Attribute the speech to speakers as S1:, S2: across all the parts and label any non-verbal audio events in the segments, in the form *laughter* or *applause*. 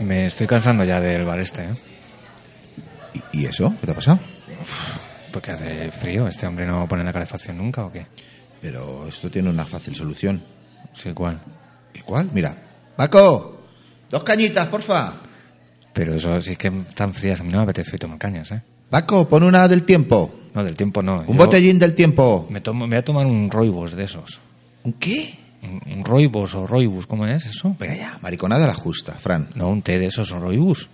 S1: Me estoy cansando ya del bar este, ¿eh?
S2: ¿Y, y eso? ¿Qué te ha pasado?
S1: Porque hace frío. ¿Este hombre no pone la calefacción nunca o qué?
S2: Pero esto tiene una fácil solución.
S1: Sí, ¿cuál?
S2: ¿Y cuál? Mira. ¡Paco! ¡Dos cañitas, porfa!
S1: Pero eso sí que están frías. A mí no me apetece tomar cañas, ¿eh?
S2: Paco, pon una del tiempo.
S1: No, del tiempo no.
S2: Un
S1: Yo
S2: botellín del tiempo.
S1: Me, tomo, me voy a tomar un roibos de esos.
S2: ¿Un qué?
S1: Un, un roibos o roibus, ¿cómo es eso?
S2: Venga ya, mariconada la justa, Fran.
S1: No, un té de esos o roibus.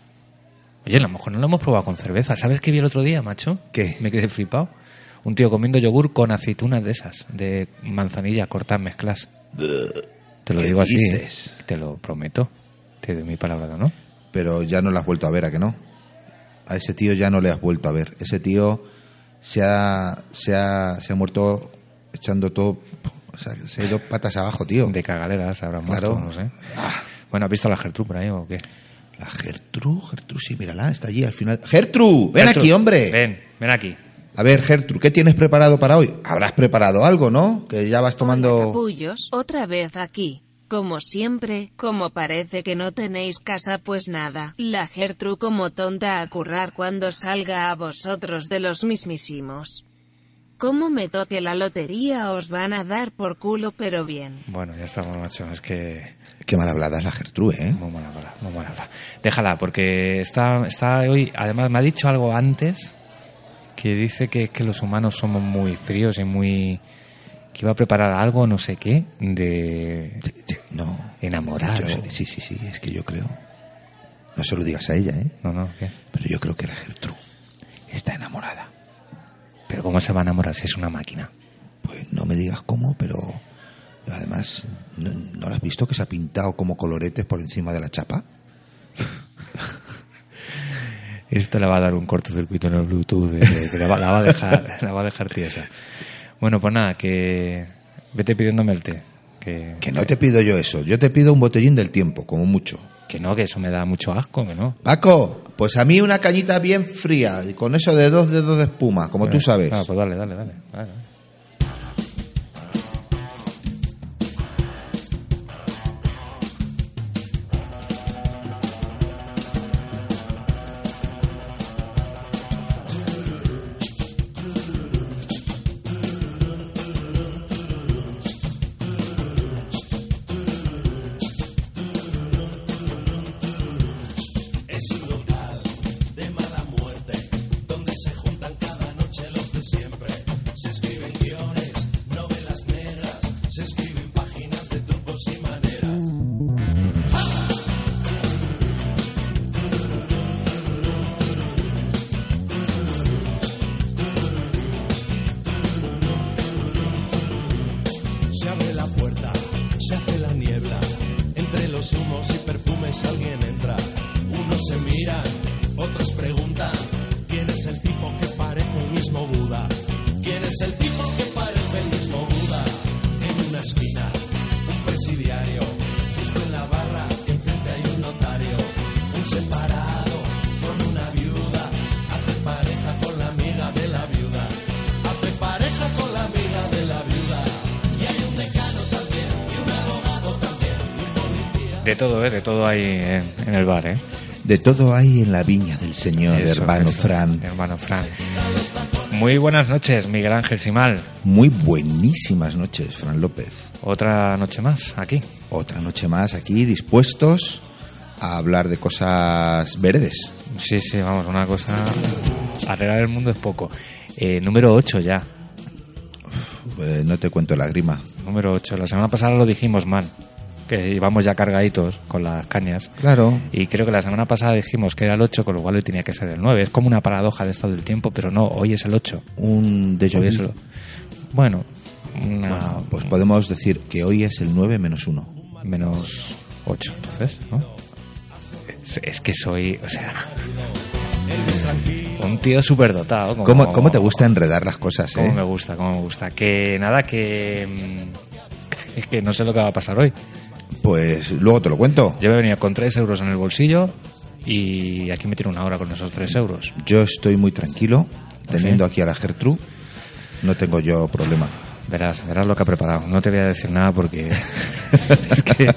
S1: Oye, a lo mejor no lo hemos probado con cerveza. ¿Sabes qué vi el otro día, macho?
S2: ¿Qué?
S1: Me quedé flipado. Un tío comiendo yogur con aceitunas de esas, de manzanilla cortadas mezclas. Te lo
S2: ¿Qué
S1: digo así. ¿eh?
S2: dices?
S1: Te lo prometo. Te doy mi palabra, ¿no?
S2: Pero ya no la has vuelto a ver, ¿a que no? A ese tío ya no le has vuelto a ver. Ese tío se ha, se ha, se ha muerto echando todo... O sea, se ha ido patas abajo, tío.
S1: De cagaleras habrán
S2: Claro. Ah.
S1: muerto, no sé. Bueno, ¿has visto a la Gertrude por ahí o qué?
S2: La Gertrude, Gertrude, sí, mírala, está allí al final. ¡Gertrude! ¡Ven
S1: Gertrude,
S2: aquí, hombre!
S1: Ven, ven aquí.
S2: A ver, Gertrude, ¿qué tienes preparado para hoy? Habrás preparado algo, ¿no? Que ya vas tomando...
S3: Capullos, otra vez aquí. Como siempre, como parece que no tenéis casa, pues nada. La Gertrude como tonta a currar cuando salga a vosotros de los mismísimos. Como me toque la lotería os van a dar por culo, pero bien.
S1: Bueno, ya estamos, macho. Es que
S2: Qué mal hablada es la Gertrude, ¿eh?
S1: Muy mala palabra, muy mala palabra. Déjala, porque está, está hoy. Además, me ha dicho algo antes que dice que, que los humanos somos muy fríos y muy. que iba a preparar algo, no sé qué, de.
S2: No.
S1: enamorado.
S2: Yo sé- sí, sí, sí, es que yo creo... No se lo digas a ella, ¿eh?
S1: No, no, ¿qué?
S2: Pero yo creo que la Gertrude está enamorada.
S1: Pero ¿cómo se va a enamorar si es una máquina?
S2: Pues no me digas cómo, pero... Además, ¿no, no la has visto que se ha pintado como coloretes por encima de la chapa?
S1: Esto le va a dar un cortocircuito en el Bluetooth, eh, que la, va, la va a dejar, la va a dejar tiesa. Bueno, pues nada, que. vete pidiéndome el té. Que,
S2: Que no te pido yo eso, yo te pido un botellín del tiempo, como mucho.
S1: que no, que eso me da mucho asco, que no.
S2: Paco, pues a mí una cañita bien fría, y con eso de dos dedos de espuma, como tú sabes.
S1: Ah, pues dale, dale, dale. Vale, vale.
S4: Se abre la puerta, se hace la niebla. Entre los humos y perfumes alguien entra. Unos se miran, otros preguntan. ¿Quién es el tipo que parece el mismo Buda? ¿Quién es el tipo que parece el mismo Buda? En una esquina, un presidiario. Justo en la barra, enfrente hay un notario. Un separado con una viuda. Hace pareja con la amiga de la viuda. Hace pareja con la amiga de la viuda.
S1: De todo, ¿eh? De todo hay en, en el bar, ¿eh?
S2: De todo hay en la viña del señor,
S1: Eso,
S2: hermano
S1: eso, Eh.
S2: Fran.
S1: Hermano Fran. Muy buenas noches, Miguel Ángel Simal.
S2: Muy buenísimas noches, Fran López.
S1: Otra noche más aquí.
S2: Otra noche más aquí, dispuestos a hablar de cosas verdes.
S1: Sí, sí, vamos, una cosa... Arreglar el mundo es poco. Eh, número 8 ya.
S2: Eh, no te cuento la grima.
S1: Número 8. La semana pasada lo dijimos mal. que íbamos ya cargaditos con las cañas.
S2: Claro.
S1: Y creo que la semana pasada dijimos que era el 8, con lo cual hoy tenía que ser el 9. Es como una paradoja de estado del tiempo, pero no, hoy es el 8.
S2: Un déjà
S1: Hoy
S2: vu.
S1: es el- Bueno, una-
S2: Ah, pues podemos decir que hoy es el 9 menos 1.
S1: menos 8, entonces, ¿no? Es, es que soy, o sea, un tío superdotado. como-
S2: ¿Cómo, ¿Cómo te gusta enredar las cosas,
S1: Oh. Cómo me
S2: eh?
S1: gusta, cómo me gusta. Que nada, que... mm, Es que no sé lo que va a pasar hoy.
S2: Pues luego te lo cuento.
S1: Yo me he venido con 3 euros en el bolsillo y aquí me tiene una hora con esos 3 euros.
S2: Yo estoy muy tranquilo teniendo
S1: ¿Ah, ¿Sí?
S2: aquí a la Gertrude. No tengo yo problema.
S1: Verás, verás lo que ha preparado. No te voy a decir nada porque *laughs* es que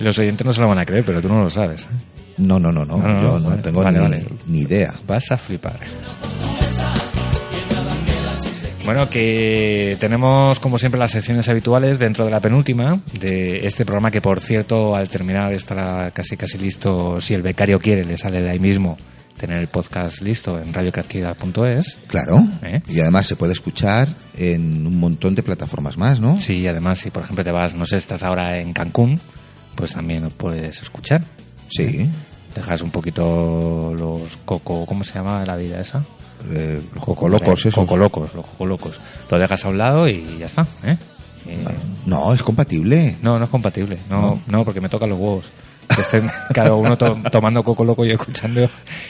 S1: los oyentes no se lo van a creer, pero tú no lo sabes. ¿eh?
S2: No, no, no, no.
S1: No, no,
S2: yo
S1: no,
S2: no
S1: vale,
S2: tengo
S1: vale,
S2: ni,
S1: vale.
S2: ni idea.
S1: Vas a flipar. Bueno, que tenemos como siempre las secciones habituales dentro de la penúltima de este programa que por cierto al terminar estará casi casi listo, si el becario quiere, le sale de ahí mismo tener el podcast listo en radiocreatividad.es.
S2: Claro.
S1: ¿Eh?
S2: Y además se puede escuchar en un montón de plataformas más, ¿no?
S1: Sí, y además si por ejemplo te vas, no sé, estás ahora en Cancún, pues también lo puedes escuchar. ¿Eh?
S2: Sí.
S1: Dejas un poquito los coco, ¿cómo se llama la vida esa?
S2: Eh, Cocolocos, eso.
S1: Cocolocos, los cocolocos. Lo dejas a un lado y ya está. ¿eh? Eh,
S2: Ah, No, es compatible.
S1: no, no es compatible. No, no. porque me tocan los huevos. Que estén cada uno
S2: *laughs*
S1: to- tomando cocoloco y escuchando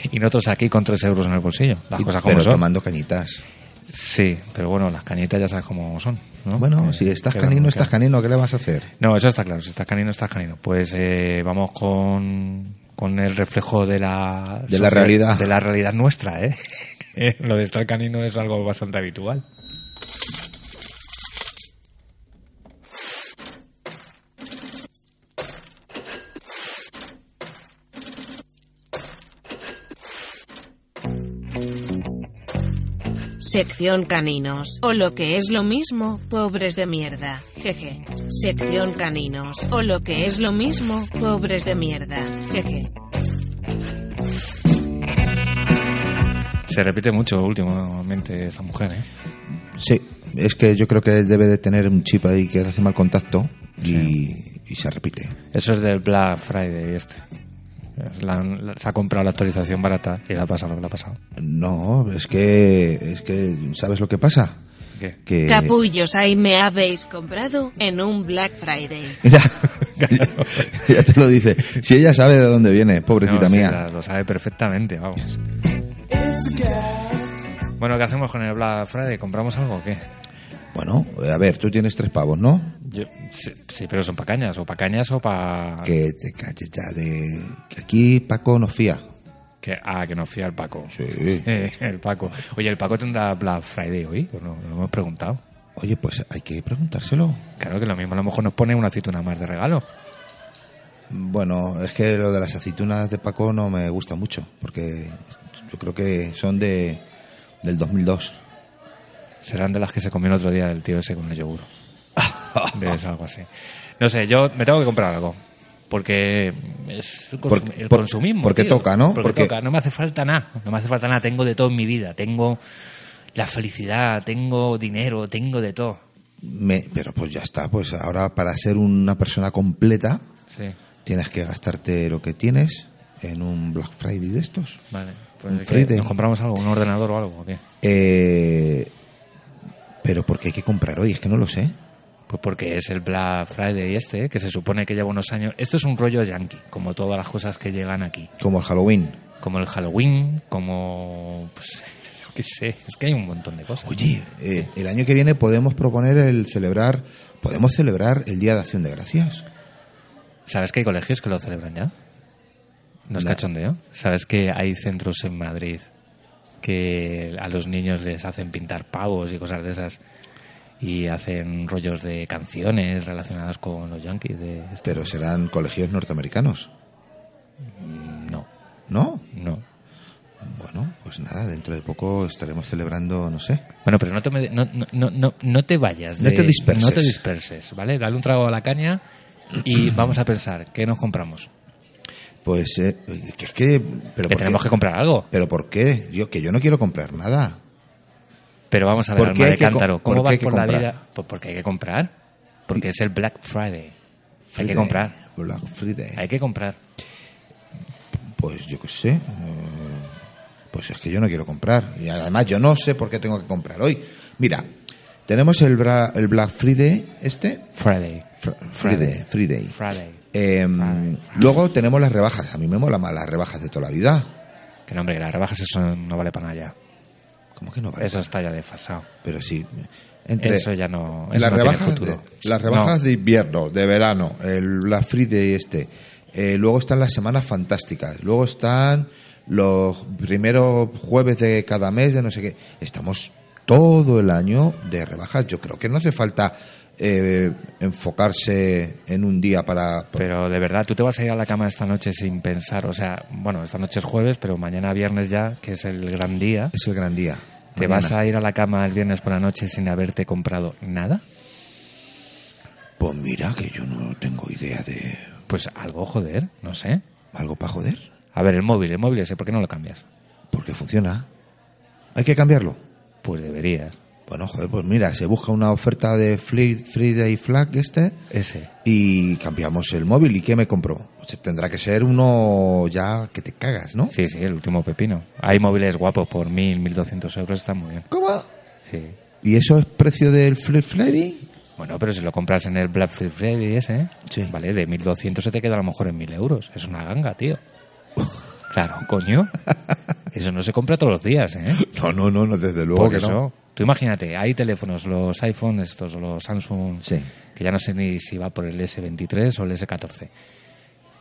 S1: y nosotros aquí con tres euros en el bolsillo. Las
S2: Y-
S1: cosas como
S2: pero
S1: son.
S2: tomando cañitas.
S1: Sí, pero bueno, las cañitas ya sabes cómo son. ¿no?
S2: Bueno,
S1: Eh,
S2: si estás
S1: que
S2: canino,
S1: bueno,
S2: estás
S1: que-
S2: canino, ¿qué le vas a hacer?
S1: No, eso está claro. Si estás canino, estás canino. Pues eh, vamos con, con el reflejo de la...
S2: De la
S1: socia-
S2: realidad.
S1: De la realidad nuestra, ¿eh? *laughs* Lo de estar canino es algo bastante habitual.
S3: Sección caninos, o lo que es lo mismo, pobres de mierda, jeje. Sección caninos, o lo que es lo mismo, pobres de mierda, jeje.
S1: Se repite mucho últimamente esta mujer, ¿eh?
S2: Sí, es que yo creo que él debe de tener un chip ahí que hace mal contacto y, y se repite.
S1: Eso es del Black Friday este. Es la- la- se ha comprado la actualización barata y le ha pasado lo que le ha pasado.
S2: No, es que, es que, ¿sabes lo que pasa?
S1: ¿Qué?
S2: Que... *laughs*
S3: Capullos, ahí me habéis comprado en un Black Friday.
S2: Mira, *laughs* ya te lo dice. Si ella sabe de dónde viene, pobrecita
S1: No, sí,
S2: mía.
S1: la- lo sabe perfectamente, vamos. Bueno, ¿qué hacemos con el Black Friday? ¿Compramos algo o qué?
S2: Bueno, a ver, tú tienes tres pavos, ¿no?
S1: sí, sí, pero son pacañas, o pacañas o pa...
S2: Que te calles ya de... Que aquí Paco nos fía.
S1: Que, ah, que nos fía el Paco. *laughs*
S2: Sí.
S1: Eh, el Paco. Oye, ¿el Paco tendrá Black Friday hoy? ¿O no? No lo hemos preguntado.
S2: Oye, pues hay que preguntárselo.
S1: Claro que lo mismo, a lo mejor nos pone una aceituna más de regalo.
S2: Bueno, es que lo de las aceitunas de Paco no me gusta mucho, porque yo creo que son de del 2002.
S1: Serán de las que se comió el otro día del tío ese con el yogur. Debe ser algo así. No sé, yo me tengo que comprar algo. Porque es el, consum-
S2: Porque-
S1: el
S2: por-
S1: consumismo.
S2: porque
S1: tío.
S2: toca, ¿no?
S1: Porque,
S2: Porque-
S1: toca. No me hace falta nada. No me hace falta nada. Tengo de todo en mi vida. Tengo la felicidad, tengo dinero, tengo de todo.
S2: Me- pero pues ya está, pues ahora para ser una persona completa
S1: Sí,
S2: tienes que gastarte lo que tienes en un Black Friday de estos.
S1: vale.
S2: Un
S1: Pues ¿qué?
S2: Friday.
S1: ¿Nos compramos algo? ¿Un ordenador o algo? ¿o qué?
S2: Eh, pero porque hay que comprar hoy, es que no lo sé.
S1: Pues porque es el Black Friday este, que se supone que lleva unos años. Esto es un rollo yankee, como todas las cosas que llegan aquí.
S2: Como el Halloween.
S1: como el Halloween, como pues, yo qué sé, es que hay un montón de cosas.
S2: Oye, eh, el año que viene podemos proponer el celebrar, podemos celebrar el Día de Acción de Gracias.
S1: ¿Sabes que hay colegios que lo celebran ya? No es
S2: No.
S1: cachondeo. ¿Sabes que hay centros en Madrid que a los niños les hacen pintar pavos y cosas de esas y hacen rollos de canciones relacionadas con los yankees de esto?
S2: Pero serán colegios norteamericanos,
S1: No,
S2: ¿no?
S1: no.
S2: Bueno, pues nada, dentro de poco estaremos celebrando, no sé.
S1: Bueno, pero no te, me- no, no- no- no- no te vayas.
S2: No
S1: de-
S2: te disperses.
S1: No te disperses, ¿vale? Dale un trago a la caña y vamos a pensar, ¿qué nos compramos?
S2: Pues eh, que es que... Pero
S1: que
S2: ¿por
S1: tenemos
S2: qué?
S1: que comprar algo.
S2: ¿Pero por qué? Yo, que yo no quiero comprar nada.
S1: Pero vamos a
S2: ¿Por
S1: ver,
S2: qué
S1: alma
S2: hay
S1: de
S2: que co-
S1: cántaro.
S2: por qué
S1: ¿Cómo vas
S2: hay que
S1: por la
S2: comprar?
S1: vida? Pues porque hay que comprar. Porque es el Black Friday. Hay que
S2: Friday,
S1: comprar.
S2: Black Friday.
S1: Hay que comprar.
S2: Pues yo qué sé. eh, Pues es que yo no quiero comprar. Y además yo no sé por qué tengo que comprar hoy. Mira, tenemos el, Bra- el Black Friday este.
S1: Friday.
S2: Fr- Friday. Friday.
S1: Friday.
S2: Eh, luego tenemos las rebajas. A mí me mola más las rebajas de toda la vida.
S1: Que no, hombre, que las rebajas eso no vale para nada ya.
S2: ¿Cómo que no vale?
S1: Eso está ya desfasado.
S2: Pero sí. Entre
S1: eso ya no. eso
S2: las,
S1: no tiene
S2: rebajas
S1: futuro.
S2: de, las rebajas de invierno, de verano, el Black Friday este. eh, luego están las semanas fantásticas. Luego están los primeros jueves de cada mes de no sé qué. Estamos todo el año de rebajas. Yo creo que no hace falta eh, enfocarse en un día para...
S1: Pero de verdad, tú te vas a ir a la cama esta noche sin pensar. O sea, bueno, esta noche es jueves, pero mañana viernes ya, que es el gran día.
S2: Es el gran día.
S1: ¿Te
S2: Mañana.
S1: vas a ir a la cama el viernes por la noche sin haberte comprado nada?
S2: Pues mira que yo no tengo idea de
S1: Pues algo, joder, no sé.
S2: algo para joder,
S1: A ver, el móvil, el móvil ese, ¿por qué no lo cambias?
S2: porque funciona. Hay que cambiarlo.
S1: Pues deberías.
S2: Bueno, joder, pues mira, se busca una oferta de Fli- Friday Flag este
S1: Ese.
S2: y cambiamos el móvil. ¿Y qué me compró? Pues tendrá que ser uno ya que te cagas, ¿no?
S1: Sí, sí, el último pepino. Hay móviles guapos por mil, mil doscientos euros, está muy bien.
S2: ¿Cómo?
S1: Sí.
S2: ¿Y eso es precio del Fri- Friday?
S1: Bueno, pero si lo compras en el Black Friday ese, ¿eh?
S2: Sí.
S1: ¿vale? De 1.200 se te queda a lo mejor en 1.000 euros. Es una ganga,
S2: *laughs*
S1: tío. Claro, coño. Eso no se compra todos los días, ¿eh?
S2: No, no, no, no desde luego
S1: Por
S2: que
S1: eso,
S2: no.
S1: tú imagínate, hay teléfonos, los iPhone, estos, los Samsung,
S2: Sí.
S1: que ya no sé ni si va por el S23 o el S14,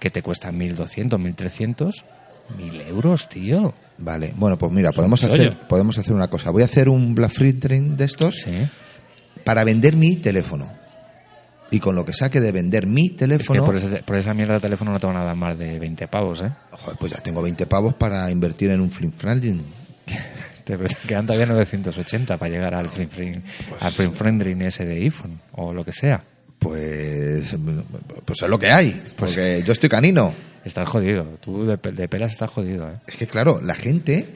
S1: que te cuestan 1.200, 1.300, 1.000 euros, tío.
S2: Vale, bueno, pues mira, podemos
S1: Chollo.
S2: hacer, podemos hacer una cosa. Voy a hacer un Black Friday de estos
S1: Sí.
S2: para vender mi teléfono. Y con lo que saque de vender mi
S1: Es que
S2: teléfono,
S1: por, ese- por esa mierda de teléfono no te van a dar más de 20 pavos, ¿eh?
S2: joder, pues ya tengo 20 pavos para invertir en un Flip Friday.
S1: Te *laughs* quedan todavía 980 para llegar al Frin Frin, al Frin Frindrin ese de iPhone o lo que sea.
S2: Pues, pues es lo que hay, porque yo estoy canino.
S1: Estás jodido. Tú de, pe- de pelas estás jodido, ¿eh?
S2: Es que claro, la gente,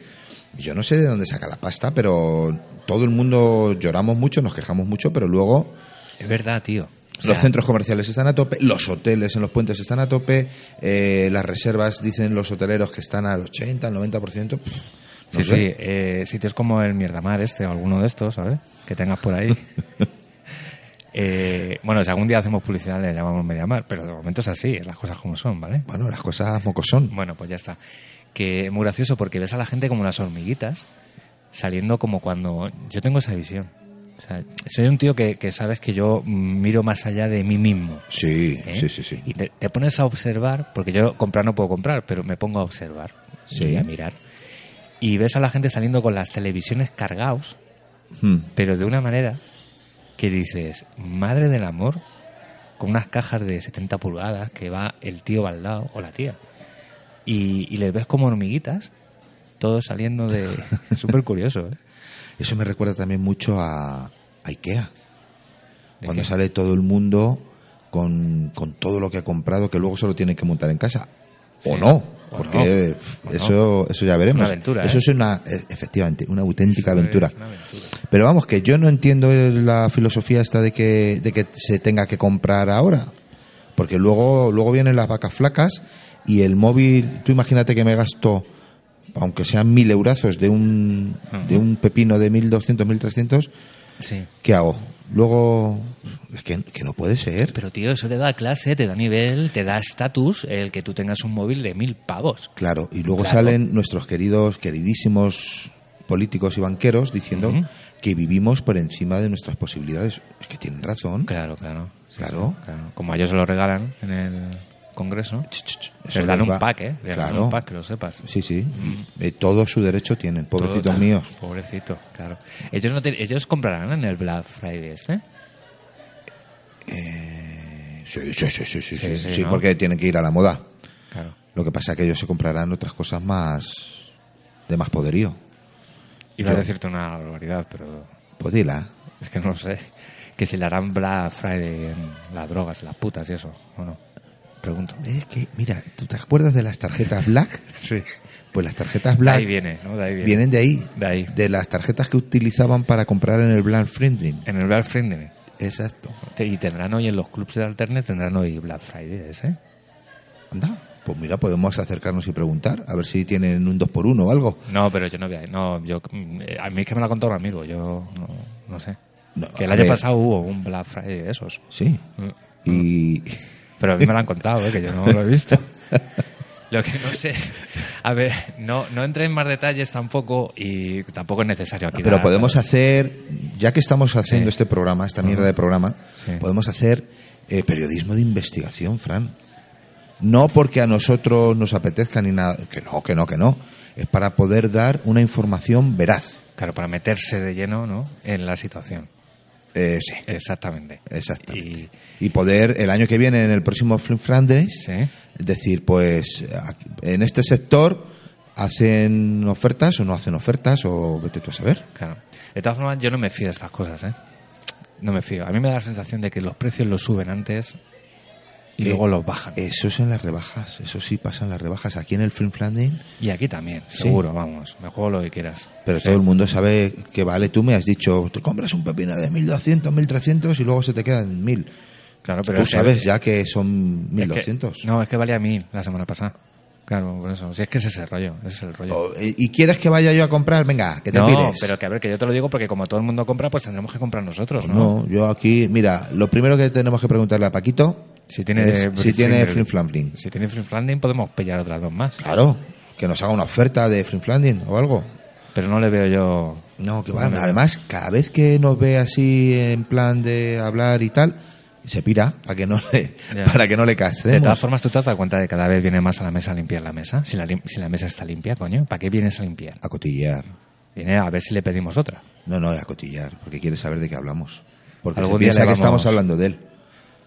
S2: yo no sé de dónde saca la pasta, pero todo el mundo lloramos mucho, nos quejamos mucho, pero luego
S1: Es verdad, tío.
S2: los centros comerciales están a tope, los hoteles en los puentes están a tope, eh, las reservas dicen los hoteleros que están al 80, al 90%. pff, no
S1: Sí,
S2: sé.
S1: sí. eh, sitios como el Mierdamar este o alguno de estos, ¿sabes? Que tengas por
S2: *laughs*
S1: ahí. Eh, bueno, si algún día hacemos publicidad le llamamos Mediamar, pero de momento es así, las cosas como son, ¿vale?
S2: Bueno, las cosas mocosón.
S1: Bueno, pues ya está. Que es muy gracioso porque ves a la gente como las hormiguitas saliendo como cuando... Yo tengo esa visión. O sea, soy un tío que, que sabes que yo mm, miro más allá de mí mismo.
S2: Sí,
S1: ¿eh?
S2: sí, sí, sí.
S1: Y te, te pones a observar, porque yo comprar no puedo comprar, pero me pongo a observar
S2: Sí.
S1: y a mirar. Y ves a la gente saliendo con las televisiones cargados,
S2: Hmm.
S1: pero de una manera que dices, madre del amor, con unas cajas de 70 pulgadas que va el tío baldao o la tía. Y, y les ves como hormiguitas, todos saliendo de...
S2: *laughs*
S1: Súper curioso, ¿eh?
S2: Eso me recuerda también mucho a, a Ikea.
S1: ¿De
S2: Cuando
S1: qué?
S2: sale todo el mundo con, con todo lo que ha comprado, que luego se lo tiene que montar en casa.
S1: Sí.
S2: O no,
S1: O
S2: porque
S1: no.
S2: pf,
S1: O
S2: eso, eso ya veremos.
S1: Una aventura,
S2: Eso
S1: ¿eh?
S2: es una, e- efectivamente, una auténtica aventura.
S1: Es una aventura.
S2: Pero vamos, que yo no entiendo la filosofía esta de que, de que se tenga que comprar ahora. Porque luego, luego vienen las vacas flacas y el móvil, tú imagínate que me gasto, aunque sean mil eurazos de un, de un pepino de 1200, 1300,
S1: Sí.
S2: ¿qué hago? Luego, es que, que no puede ser.
S1: Pero tío, eso te da clase, te da nivel, te da estatus el que tú tengas un móvil de mil pavos.
S2: Claro, y luego
S1: Claro.
S2: salen nuestros queridos, queridísimos políticos y banqueros diciendo
S1: Ujú.
S2: que vivimos por encima de nuestras posibilidades. Es que tienen razón.
S1: Claro, claro.
S2: Claro.
S1: claro. Como a ellos se lo regalan en el Congreso.
S2: Ch, ch, ch, eso
S1: Les dan
S2: les
S1: un
S2: va.
S1: pack, ¿eh? Les dan
S2: Claro.
S1: un pack, que lo sepas.
S2: Sí, sí. Eh, todo su derecho tienen, pobrecitos
S1: Todo-
S2: míos.
S1: Pobrecitos, claro. Ellos, no te- ellos comprarán en el Black Friday este.
S2: Eh, sí, sí, sí, sí, sí, sí,
S1: sí,
S2: sí,
S1: ¿no?
S2: porque tienen que ir a la moda.
S1: Claro.
S2: Lo que pasa es que ellos se comprarán otras cosas más de más poderío.
S1: Iba a
S2: Yo-
S1: decirte una barbaridad, pero
S2: Pues dila.
S1: es que no lo sé. Que si le harán Black Friday en las drogas, las putas y eso, ¿o no? Pregunto.
S2: Es que, mira, ¿tú te acuerdas de las tarjetas Black?
S1: *laughs* Sí.
S2: Pues las tarjetas
S1: De
S2: Black
S1: ahí viene, ¿no? De ahí viene.
S2: vienen de ahí,
S1: De ahí.
S2: las tarjetas que utilizaban para comprar en el Black Friendly.
S1: En el Black Friday.
S2: Exacto.
S1: Te- Y tendrán hoy en los clubs de Alterne, tendrán hoy Black Fridays, ¿eh?
S2: Anda, pues mira, podemos acercarnos y preguntar, a ver si tienen un 2x1 o algo.
S1: No, pero yo no voy a ir. No, yo, mm, eh, a mí es que me lo ha contado un amigo, yo no, no sé.
S2: No,
S1: que el
S2: a
S1: año
S2: ver.
S1: pasado hubo un Black Friday de esos.
S2: Sí.
S1: Mm.
S2: Y
S1: Pero a mí me lo han contado, ¿eh? que yo no lo he visto. *laughs* Lo que no sé, a ver, no, no entré en más detalles tampoco y tampoco es necesario aquí.
S2: *laughs* pero
S1: dar-
S2: podemos hacer, ya que estamos haciendo
S1: Sí. Mm.
S2: este programa, esta mierda de programa,
S1: Sí.
S2: podemos hacer eh, periodismo de investigación, Fran. No porque a nosotros nos apetezca ni nada, que no, que no, que no. Es para poder dar una información veraz.
S1: Claro, para meterse de lleno ¿no? en la situación.
S2: Eh, sí,
S1: Exactamente.
S2: exactamente. Y... poder el año que viene, en el próximo Flip Fridays,
S1: Sí.
S2: decir, pues aquí- en este sector hacen ofertas o no hacen ofertas o vete tú a saber.
S1: Claro. De todas formas, yo no me fío de estas cosas, ¿eh? No me fío. A mí me da la sensación de que los precios los suben antes y
S2: Eh,
S1: luego los bajan.
S2: Eso es en las rebajas, eso sí pasa en las rebajas. Aquí en el Film Flanding,
S1: y aquí también,
S2: Sí.
S1: seguro, vamos. Me juego lo que quieras.
S2: pero todo el mundo sabe que vale. Tú me has dicho, te compras un pepino de 1200, 1300 y luego se te quedan 1000.
S1: Claro, pero
S2: Tú
S1: es que-
S2: sabes ya que son
S1: es que-
S2: 1200.
S1: no, es que valía mil la semana pasada. Claro, por eso. Si es que ese es el rollo, ese es el rollo.
S2: O- y, y quieres que vaya yo a comprar? Venga, Oh, que te
S1: no,
S2: pires.
S1: pero que a ver, que yo te lo digo porque como todo el mundo compra, pues tendremos que comprar nosotros, ¿no?
S2: No, yo aquí, mira, lo primero que tenemos que preguntarle a Paquito
S1: Si tiene,
S2: es si
S1: Free-
S2: tiene
S1: Free-
S2: Film Flanding.
S1: Si tiene Free Flanding, podemos pillar otras dos más.
S2: Claro, que nos haga una oferta de Film Flanding o algo.
S1: Pero no le veo yo.
S2: No, que va. Además, cada vez que nos ve así en plan de hablar y tal, se pira para que no le,
S1: Ya.
S2: para que no le
S1: De todas
S2: castemos.
S1: formas, tú te has dado cuenta de que cada vez viene más a la mesa a limpiar la mesa. Si la, lim- si la mesa está limpia, coño, ¿para qué vienes a limpiar?
S2: A cotillear.
S1: Viene a ver si le pedimos otra.
S2: No, no, a cotillear, porque quiere saber de qué hablamos. Porque se
S1: Algún día
S2: piensa
S1: le
S2: que
S1: vamos-
S2: estamos hablando de él,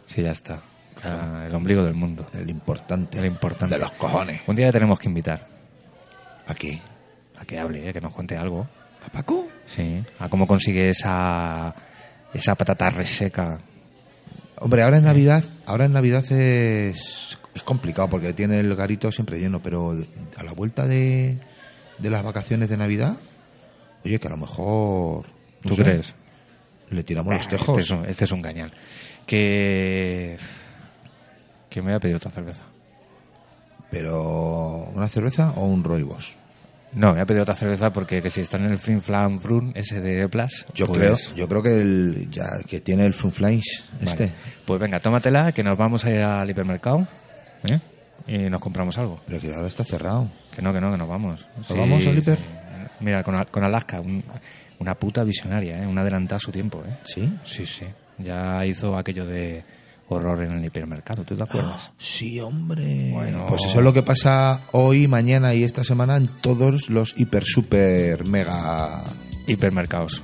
S1: Sí, ya está. Ah, el ombligo del mundo.
S2: del importante.
S1: El importante.
S2: De los cojones.
S1: Un día le tenemos que invitar
S2: ¿A qué?
S1: a que hable, eh, que nos cuente algo.
S2: ¿A Paco?
S1: Sí. A cómo consigue esa, esa patata reseca.
S2: Hombre, ahora en Navidad, ahora en Navidad es, es complicado porque tiene el garito siempre lleno, pero a la vuelta de, de las vacaciones de Navidad, oye, que a lo mejor... no
S1: ¿Tú
S2: sé,
S1: crees?
S2: Le tiramos los
S1: Ah,
S2: tejos.
S1: Este es, un, este es un gañán. Que. Que me voy a pedir otra cerveza.
S2: Pero una cerveza o un roibos.
S1: No, me voy a pedir otra cerveza porque que si están en el Flim Flam Frun, ese de Plus.
S2: Yo
S1: pues-
S2: creo, yo creo que el ya que tiene el Funflies
S1: Vale.
S2: este.
S1: Pues venga, tómatela, que nos vamos a ir al hipermercado ¿eh? y nos compramos algo.
S2: Pero que ahora está cerrado.
S1: Que no, que no, que nos vamos. ¿Nos
S2: vamos al hiper?
S1: Mira, con, Al- con Alaska, un- una puta visionaria, ¿eh? una adelantada a su tiempo. ¿eh?
S2: ¿Sí?
S1: Sí, sí. Ya hizo aquello de horror en el hipermercado, ¿tú te acuerdas?
S2: Sí, hombre.
S1: Bueno.
S2: Pues eso es lo que pasa hoy, mañana y esta semana en todos los hiper super mega.
S1: Hipermercados.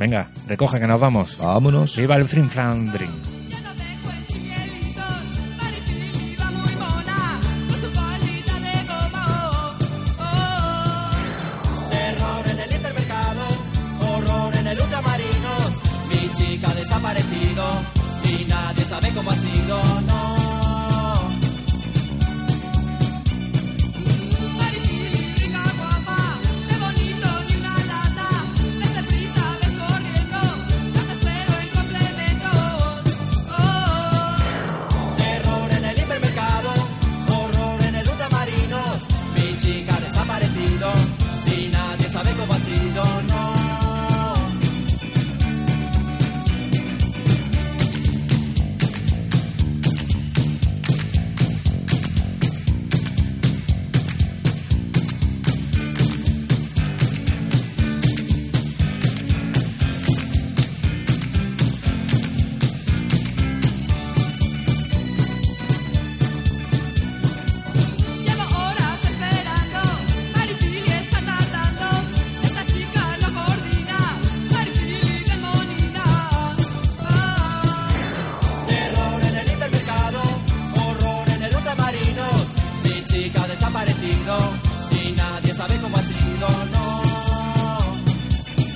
S1: Venga, recoge que nos vamos.
S2: Vámonos.
S1: Viva el Frim Fram Drink.
S5: Lleno de cuenchiquelitos, Maripili va muy mona, con su palita de goma, oh, oh, oh.
S6: Terror en el hipermercado, horror en el ultramarinos. Mi chica ha desaparecido y nadie sabe cómo ha sido, no.
S5: Maripili, rica, guapa, qué bonito, ni una lata, vete prisa, ves corriendo, yo te espero en complementos, oh, oh, oh.
S6: Terror en el hipermercado, horror en el ultramarinos. Mi chica ha desaparecido y nadie sabe cómo ha sido, no.
S5: Maripili, oh, este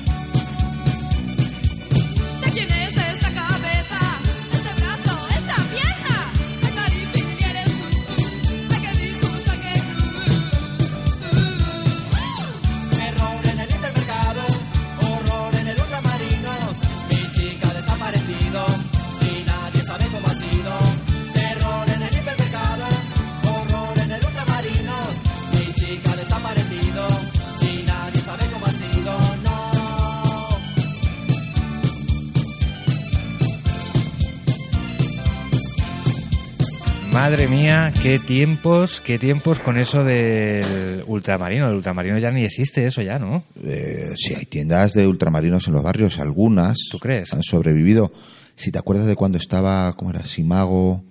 S1: Madre mía, qué tiempos, qué tiempos con eso del ultramarino. El ultramarino ya ni existe eso ya, ¿no?
S2: Eh, sí, hay tiendas de ultramarinos en los barrios, algunas.
S1: ¿Tú crees?
S2: Han sobrevivido. Si te acuerdas de cuando estaba, ¿cómo era? Simago,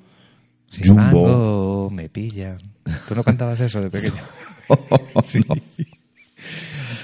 S1: Si
S2: *laughs* Jumbo.
S1: mango, me pillan. ¿Tú no cantabas eso de pequeño?
S2: No.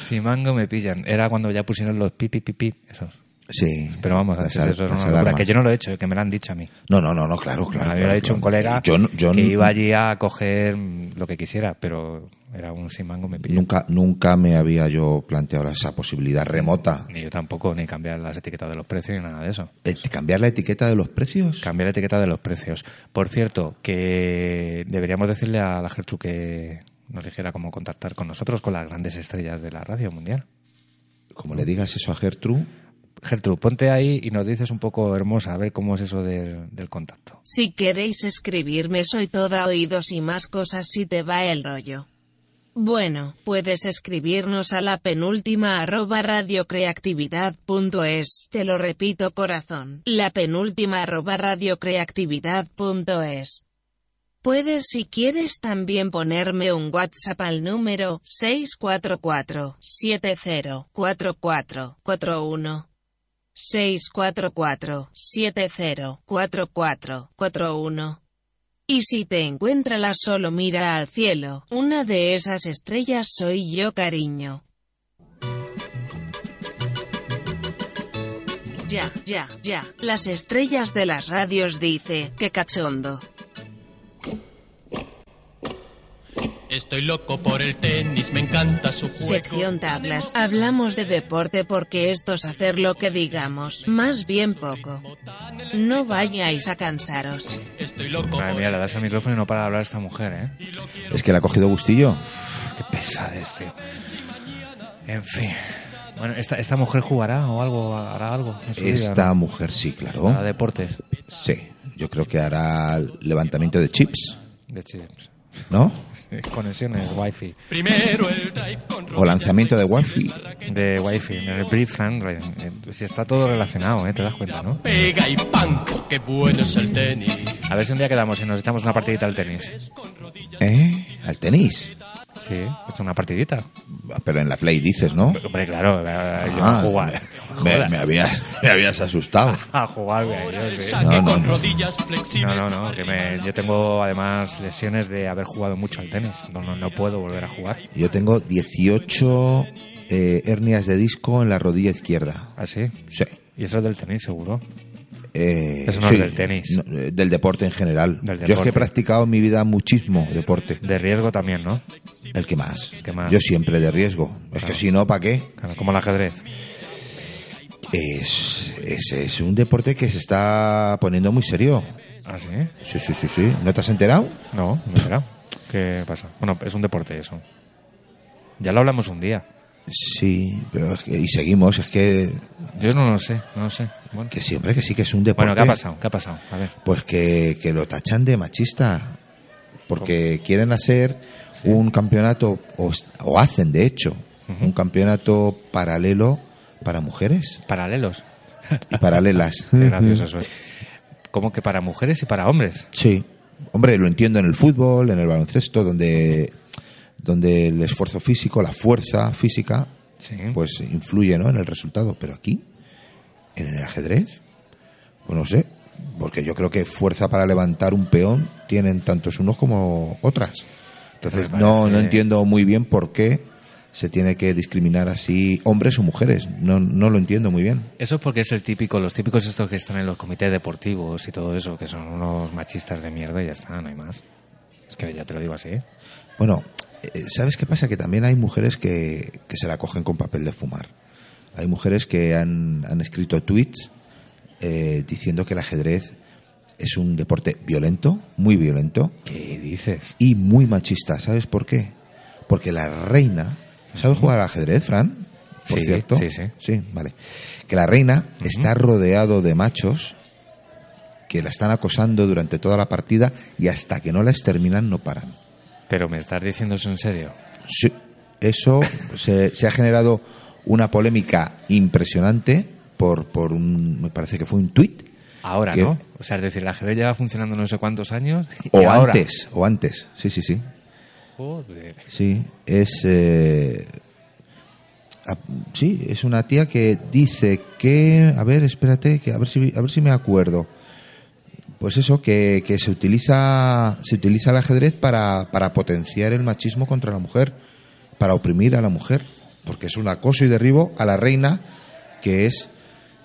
S1: Si mango me pillan. Era cuando ya pusieron los pipi pipi esos.
S2: Sí.
S1: Pero vamos,
S2: Las
S1: antes
S2: al-
S1: eso era
S2: las
S1: una locura,
S2: alarmas.
S1: que yo no lo he hecho, eh, que me lo han dicho a mí.
S2: No, no, no, no, claro,
S1: me lo
S2: claro. claro,
S1: había dicho un
S2: claro.
S1: colega
S2: Yo, no- yo
S1: que
S2: no-
S1: iba allí a coger mm, lo que quisiera, pero era un sin mango me pillan.
S2: Nunca, nunca me había yo planteado esa posibilidad remota.
S1: Ni yo tampoco, ni cambiar las etiquetas de los precios ni nada de eso.
S2: Eh, ¿Cambiar la etiqueta de los precios?
S1: Cambiar la etiqueta de los precios. Por cierto, que deberíamos decirle a la Gertrude que nos dijera cómo contactar con nosotros, con las grandes estrellas de la radio mundial.
S2: Como le digas eso a Gertrude,
S1: Gertrude, ponte ahí y nos dices un poco hermosa, a ver cómo es eso del, del contacto.
S3: Si queréis escribirme soy toda oídos y más cosas si te va el rollo. Bueno, puedes escribirnos a la penúltima arroba radiocreatividad.es. Te lo repito corazón, la penúltima arroba radiocreatividad.es. Puedes si quieres también ponerme un WhatsApp al número 644-704441. 644-704441. Y si te encuentras solo mira al cielo, una de esas estrellas soy yo cariño. Ya, ya, ya, las estrellas de las radios dice, que cachondo.
S4: Estoy loco por el tenis, me encanta su juego.
S3: Sección tablas, hablamos de deporte porque esto es hacer lo que digamos, más bien poco. No vayáis a cansaros.
S4: Estoy loco
S1: Madre
S4: por
S1: mía, le das al micrófono y no para de hablar esta mujer, ¿eh?
S2: es que le ha cogido gustillo.
S1: Qué pesadez, tío. En fin. Bueno, esta, esta mujer jugará o algo, hará algo. en su vida,
S2: Esta
S1: ¿no?
S2: mujer sí, claro.
S1: Hará deportes
S2: Sí, yo creo que hará el levantamiento de chips,
S1: de chips. *laughs*
S2: ¿no?
S1: Conexiones wifi.
S4: primero el drive con
S2: O lanzamiento de wifi.
S1: De wifi. En el brief and rain. Eh, Si está todo relacionado, ¿eh? Te das cuenta, ¿no?
S4: pega y punk, qué bueno es el tenis.
S1: A ver si un día quedamos y nos echamos una partidita al tenis.
S2: ¿Eh? Al tenis.
S1: Sí, es una partidita.
S2: Pero en la Play dices, ¿no?
S1: Hombre, claro, la- yo
S2: Ah,
S1: a jugar. *laughs*
S2: Me,
S1: Joder,
S2: me habías, *laughs* me habías
S1: *laughs*
S2: asustado.
S1: A jugar, güey, yo sí.
S4: Saque
S2: No, no,
S4: con
S2: no.
S4: rodillas flexibles.
S1: No, no, no, que me- yo tengo además lesiones de haber jugado mucho al tenis. No, no, no puedo volver a jugar.
S2: Yo tengo 18 eh, hernias de disco en la rodilla izquierda.
S1: Así.
S2: Sí.
S1: Ah, Y eso es del tenis, seguro.
S2: Eh,
S1: Eso no es
S2: sí.
S1: del tenis.
S2: No, eh, del deporte en general.
S1: Del
S2: Yo es que
S1: deporte.
S2: he practicado en mi vida muchísimo deporte.
S1: De riesgo también, ¿no?
S2: El que más.
S1: ¿Qué más?
S2: Yo siempre de riesgo. Es que si no, ¿para qué?
S1: Claro, como el ajedrez.
S2: Es, es, es un deporte que se está poniendo muy serio.
S1: Así.
S2: Sí, sí, sí, sí. ¿No te has enterado?
S1: Ah, No, no será. ¿Qué pasa? Bueno, es un deporte eso. Ya lo hablamos un día.
S2: Sí, pero es que- y seguimos. Es que,
S1: Yo no lo sé, no lo sé. Bueno,
S2: que siempre que sí que es un deporte.
S1: Bueno, ¿qué ha pasado? ¿Qué ha pasado? A ver.
S2: Pues que, que lo tachan de machista. Porque quieren hacer un campeonato, o, s- o hacen de hecho, un campeonato paralelo para mujeres
S1: Paralelos.
S2: y paralelas.
S1: Qué gracioso eso es. Como que para mujeres y para hombres.
S2: Sí. Hombre, lo entiendo en el fútbol, en el baloncesto, donde, donde el esfuerzo físico, la fuerza física,
S1: Sí.
S2: pues influye ¿no? en el resultado. Pero aquí, en el ajedrez, pues no sé. Porque yo creo que fuerza para levantar un peón tienen tantos unos como otras. Entonces,
S1: Me
S2: no, no
S1: parece-
S2: entiendo muy bien por qué se tiene que discriminar así hombres o mujeres. No, no lo entiendo muy bien.
S1: Eso es porque es el típico, los típicos estos que están en los comités deportivos y todo eso, que son unos machistas de mierda y ya está, no hay más. Es que ya te lo digo así. ¿eh?
S2: Bueno, eh, ¿sabes qué pasa? Que también hay mujeres que, que se la cogen con papel de fumar. Hay mujeres que han, han escrito tweets eh, diciendo que el ajedrez es un deporte violento, muy violento
S1: ¿Qué dices?
S2: y muy machista. ¿Sabes por qué? Porque la reina. ¿Sabes jugar al ajedrez, Fran? Por
S1: Sí,
S2: cierto.
S1: sí, sí.
S2: vale. Que la reina está rodeado de machos que la están acosando durante toda la partida y hasta que no la exterminan no paran.
S1: Pero me estás diciendo eso en serio.
S2: Sí, eso se, se ha generado una polémica impresionante por, por un, me parece que fue un tuit
S1: Ahora,
S2: que-
S1: ¿no? O sea, es decir, el ajedrez lleva funcionando no sé cuántos
S2: *laughs*
S1: años. y
S2: O
S1: ahora-
S2: antes, o antes. Sí, sí, sí.
S1: Joder.
S2: Sí, es. eh, a- sí, es una tía que dice que. A ver, espérate, que a ver si, a ver si me acuerdo. Pues eso, que, que se utiliza se utiliza el ajedrez para, para potenciar el machismo contra la mujer, para oprimir a la mujer, porque es un acoso y derribo a la reina, que es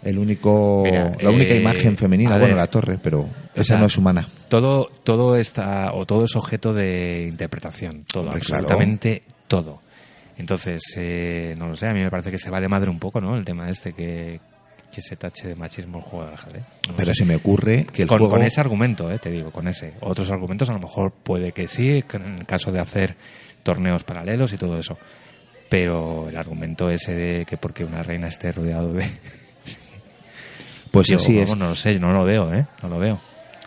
S2: el único
S1: Mira,
S2: la única
S1: eh,
S2: imagen femenina,
S1: a
S2: bueno,
S1: ver.
S2: la torre, pero esa
S1: sea,
S2: no es humana.
S1: Todo, todo está, o todo es objeto de interpretación, todo,
S2: Hombre, claro.
S1: absolutamente todo. Entonces, eh, no lo sé, a mí me parece que se va de madre un poco, ¿no? El tema este que, que se tache de machismo el juego del ajedrez. No lo
S2: Pero
S1: sé.
S2: se me ocurre que el
S1: con,
S2: juego
S1: con ese argumento, eh, te digo, con ese. Otros argumentos a lo mejor puede que sí, que en el caso de hacer torneos paralelos y todo eso. Pero el argumento ese de que porque una reina esté rodeado de...
S2: *laughs* pues
S1: Yo,
S2: así es.
S1: vamos, No lo sé, no lo veo, ¿eh? No lo veo.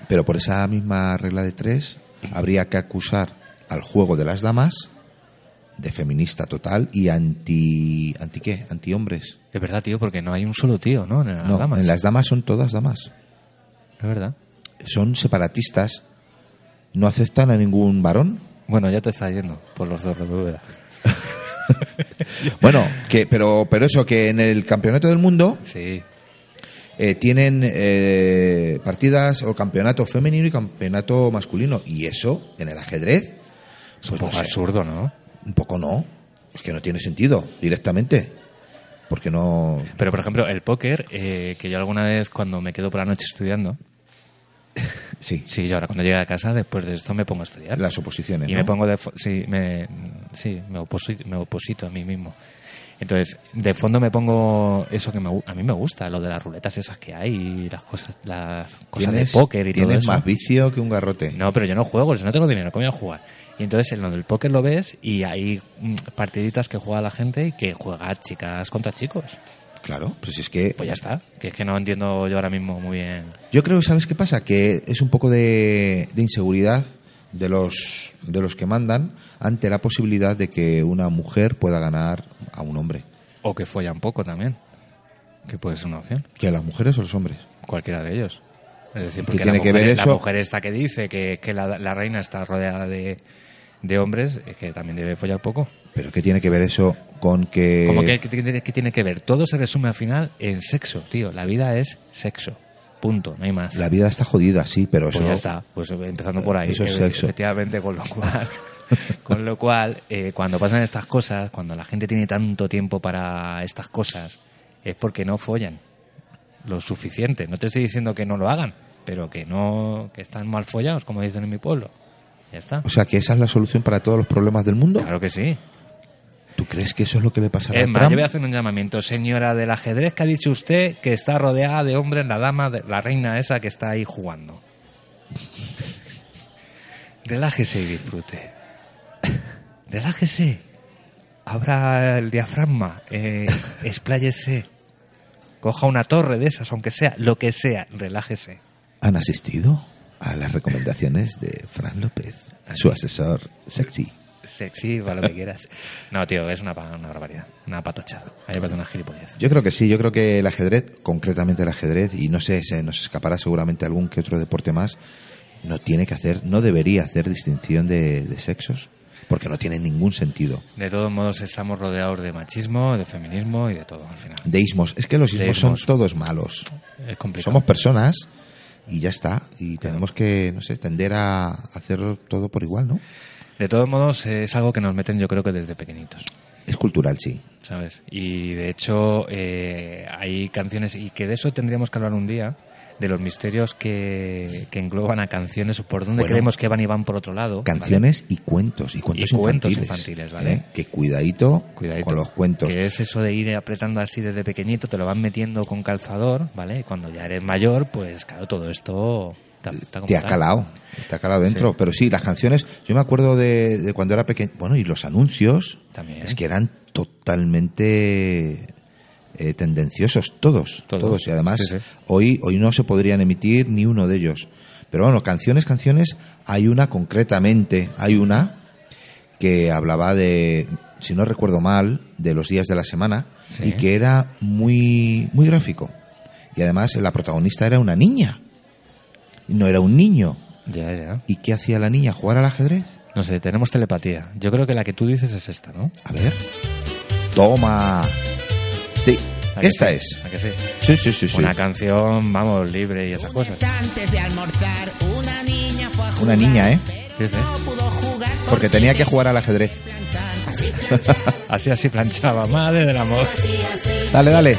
S2: Pero por esa misma regla de tres, habría que acusar al juego de las damas de feminista total y anti. ¿Anti qué? Anti hombres.
S1: Es verdad, tío, porque no hay un solo tío, ¿no? En las
S2: No,
S1: damas.
S2: en las damas son todas damas.
S1: Es verdad.
S2: Son separatistas. No aceptan a
S1: *laughs*
S2: ningún varón.
S1: Bueno, ya te está yendo por los dos de Bóveda.
S2: Bueno, que, pero, pero eso, que en el campeonato del mundo
S1: Sí.
S2: eh, tienen eh, partidas o campeonato femenino y campeonato masculino. Y eso, en el ajedrez,
S1: Es un
S2: pues no
S1: poco
S2: sé.
S1: absurdo, ¿no?
S2: Un poco no. Es que no tiene sentido directamente. Porque no.
S1: Pero, por ejemplo, el póker, eh, que yo alguna vez cuando me quedo por la noche estudiando,
S2: Sí.
S1: sí, yo ahora cuando llegue a casa, después de esto me pongo a estudiar.
S2: Las oposiciones.
S1: y
S2: ¿no?
S1: me pongo de... fo- Sí, me, sí me, oposi- me oposito a mí mismo. Entonces, de fondo me pongo eso que me gu- a mí me gusta, lo de las ruletas esas que hay y las cosas, las cosas de
S2: Tienes-
S1: póker y todo
S2: Tienes
S1: eso.
S2: más vicio que un garrote.
S1: No, pero yo no juego, si no tengo dinero, ¿cómo voy a jugar? Y entonces en lo del póker lo ves y hay mm, partiditas que juega la gente y que juega chicas contra chicos.
S2: Claro, pues si es que.
S1: Pues ya está, que es que no entiendo yo ahora mismo muy bien.
S2: Yo creo, ¿sabes qué pasa? Que es un poco de, de inseguridad de los, de los que mandan ante la posibilidad de que una mujer pueda ganar a un hombre.
S1: O que follan poco también, que puede ser una opción,
S2: ¿Que a las mujeres o los hombres?
S1: cualquiera de ellos. Es decir,
S2: ¿Y
S1: porque
S2: qué
S1: la,
S2: tiene que
S1: mujer,
S2: ver
S1: la
S2: eso?
S1: mujer esta que dice que, que la, la reina está rodeada de, de hombres, es que también debe follar poco.
S2: ¿Pero qué tiene que ver eso con que.
S1: Como que, que tiene- que tiene que ver, todo se resume al final en sexo, tío. La vida es sexo, punto, no hay más.
S2: La vida está jodida, sí, pero
S1: Pues
S2: eso.
S1: ya está, pues empezando por ahí.
S2: Eso es
S1: Eh,
S2: sexo.
S1: Efectivamente, con lo cual, *laughs* con lo cual eh, cuando pasan estas cosas, cuando la gente tiene tanto tiempo para estas cosas, es porque no follan lo suficiente. No te estoy diciendo que no lo hagan, pero que no, que están mal follados, como dicen en mi pueblo. Ya está.
S2: O sea, que esa es la solución para todos los problemas del mundo.
S1: Claro que sí.
S2: ¿Tú crees que eso es lo que le pasará
S1: Es
S2: a
S1: más,
S2: Trump?
S1: yo voy a hacer un llamamiento. Señora del ajedrez, que ha dicho usted que está rodeada de hombres, la dama, de- la reina esa que está ahí jugando. *laughs* Relájese y disfrute. *laughs* Relájese. Abra el diafragma. Eh, expláyese. Coja una torre de esas, aunque sea, lo que sea. Relájese.
S2: han asistido a las recomendaciones de Fran López, su asesor sexy.
S1: Sexy, para lo que quieras. *laughs* No, tío, es una, pa- una barbaridad. Una patochada. A mí me parece una gilipollez.
S2: Yo creo que sí, yo creo que el ajedrez, concretamente el ajedrez, y no sé, se nos escapará seguramente algún que otro deporte más, no tiene que hacer, no debería hacer distinción de, de sexos, porque no tiene ningún sentido.
S1: De todos modos, estamos rodeados de machismo, de feminismo y de todo al final.
S2: De ismos, es que los ismos,
S1: De ismos.
S2: son todos malos.
S1: Es complicado.
S2: Somos personas y ya está, y tenemos que, no sé, tender a hacer todo por igual, ¿no?
S1: de todos modos, eh, es algo que nos meten, yo creo que desde pequeñitos,
S2: Es cultural, sí.
S1: ¿sabes? Y de hecho, eh, hay canciones, y que de eso tendríamos que hablar un día, de los misterios que, que engloban a canciones, por dónde
S2: Bueno.
S1: creemos que van y van por otro lado.
S2: canciones y cuentos y cuentos
S1: Y cuentos
S2: infantiles,
S1: infantiles, ¿vale?
S2: ¿eh? que cuidadito,
S1: ¿vale? Cuidadito.
S2: con los cuentos
S1: Que es eso de ir apretando así desde pequeñito, te lo van metiendo con calzador, ¿vale? Y cuando ya eres mayor, pues claro, todo esto te afecta como
S2: te ha
S1: tal.
S2: calado te ha calado dentro
S1: Sí.
S2: pero sí las canciones yo me acuerdo de, de cuando era pequeño bueno y los anuncios
S1: También.
S2: es que eran totalmente eh, tendenciosos todos,
S1: Todos.
S2: todos y además
S1: Sí, sí.
S2: hoy hoy no se podrían emitir ni uno de ellos pero bueno canciones canciones hay una concretamente hay una que hablaba de, si no recuerdo mal, de los días de la semana
S1: Sí.
S2: y que era muy, muy gráfico. Y además la protagonista era una niña. No era un niño.
S1: Ya, ya.
S2: ¿Y qué hacía la niña? ¿Jugar al ajedrez?
S1: No sé, tenemos telepatía. Yo creo que la que tú dices es esta, ¿no?
S2: A ver. Toma. Sí.
S1: ¿A que
S2: Esta
S1: sí?
S2: es.
S1: ¿A que sí?
S2: Sí, sí, sí, sí.
S1: Una canción, vamos, libre y esas
S7: Unas
S1: cosas.
S7: antes de almorzar, una niña fue a jugar.
S2: Una niña, ¿eh?
S1: Sí, sí.
S7: No pudo jugar
S2: Porque tenía que jugar al ajedrez.
S7: planchar.
S1: Así, así planchaba. Madre del amor.
S2: Dale, dale.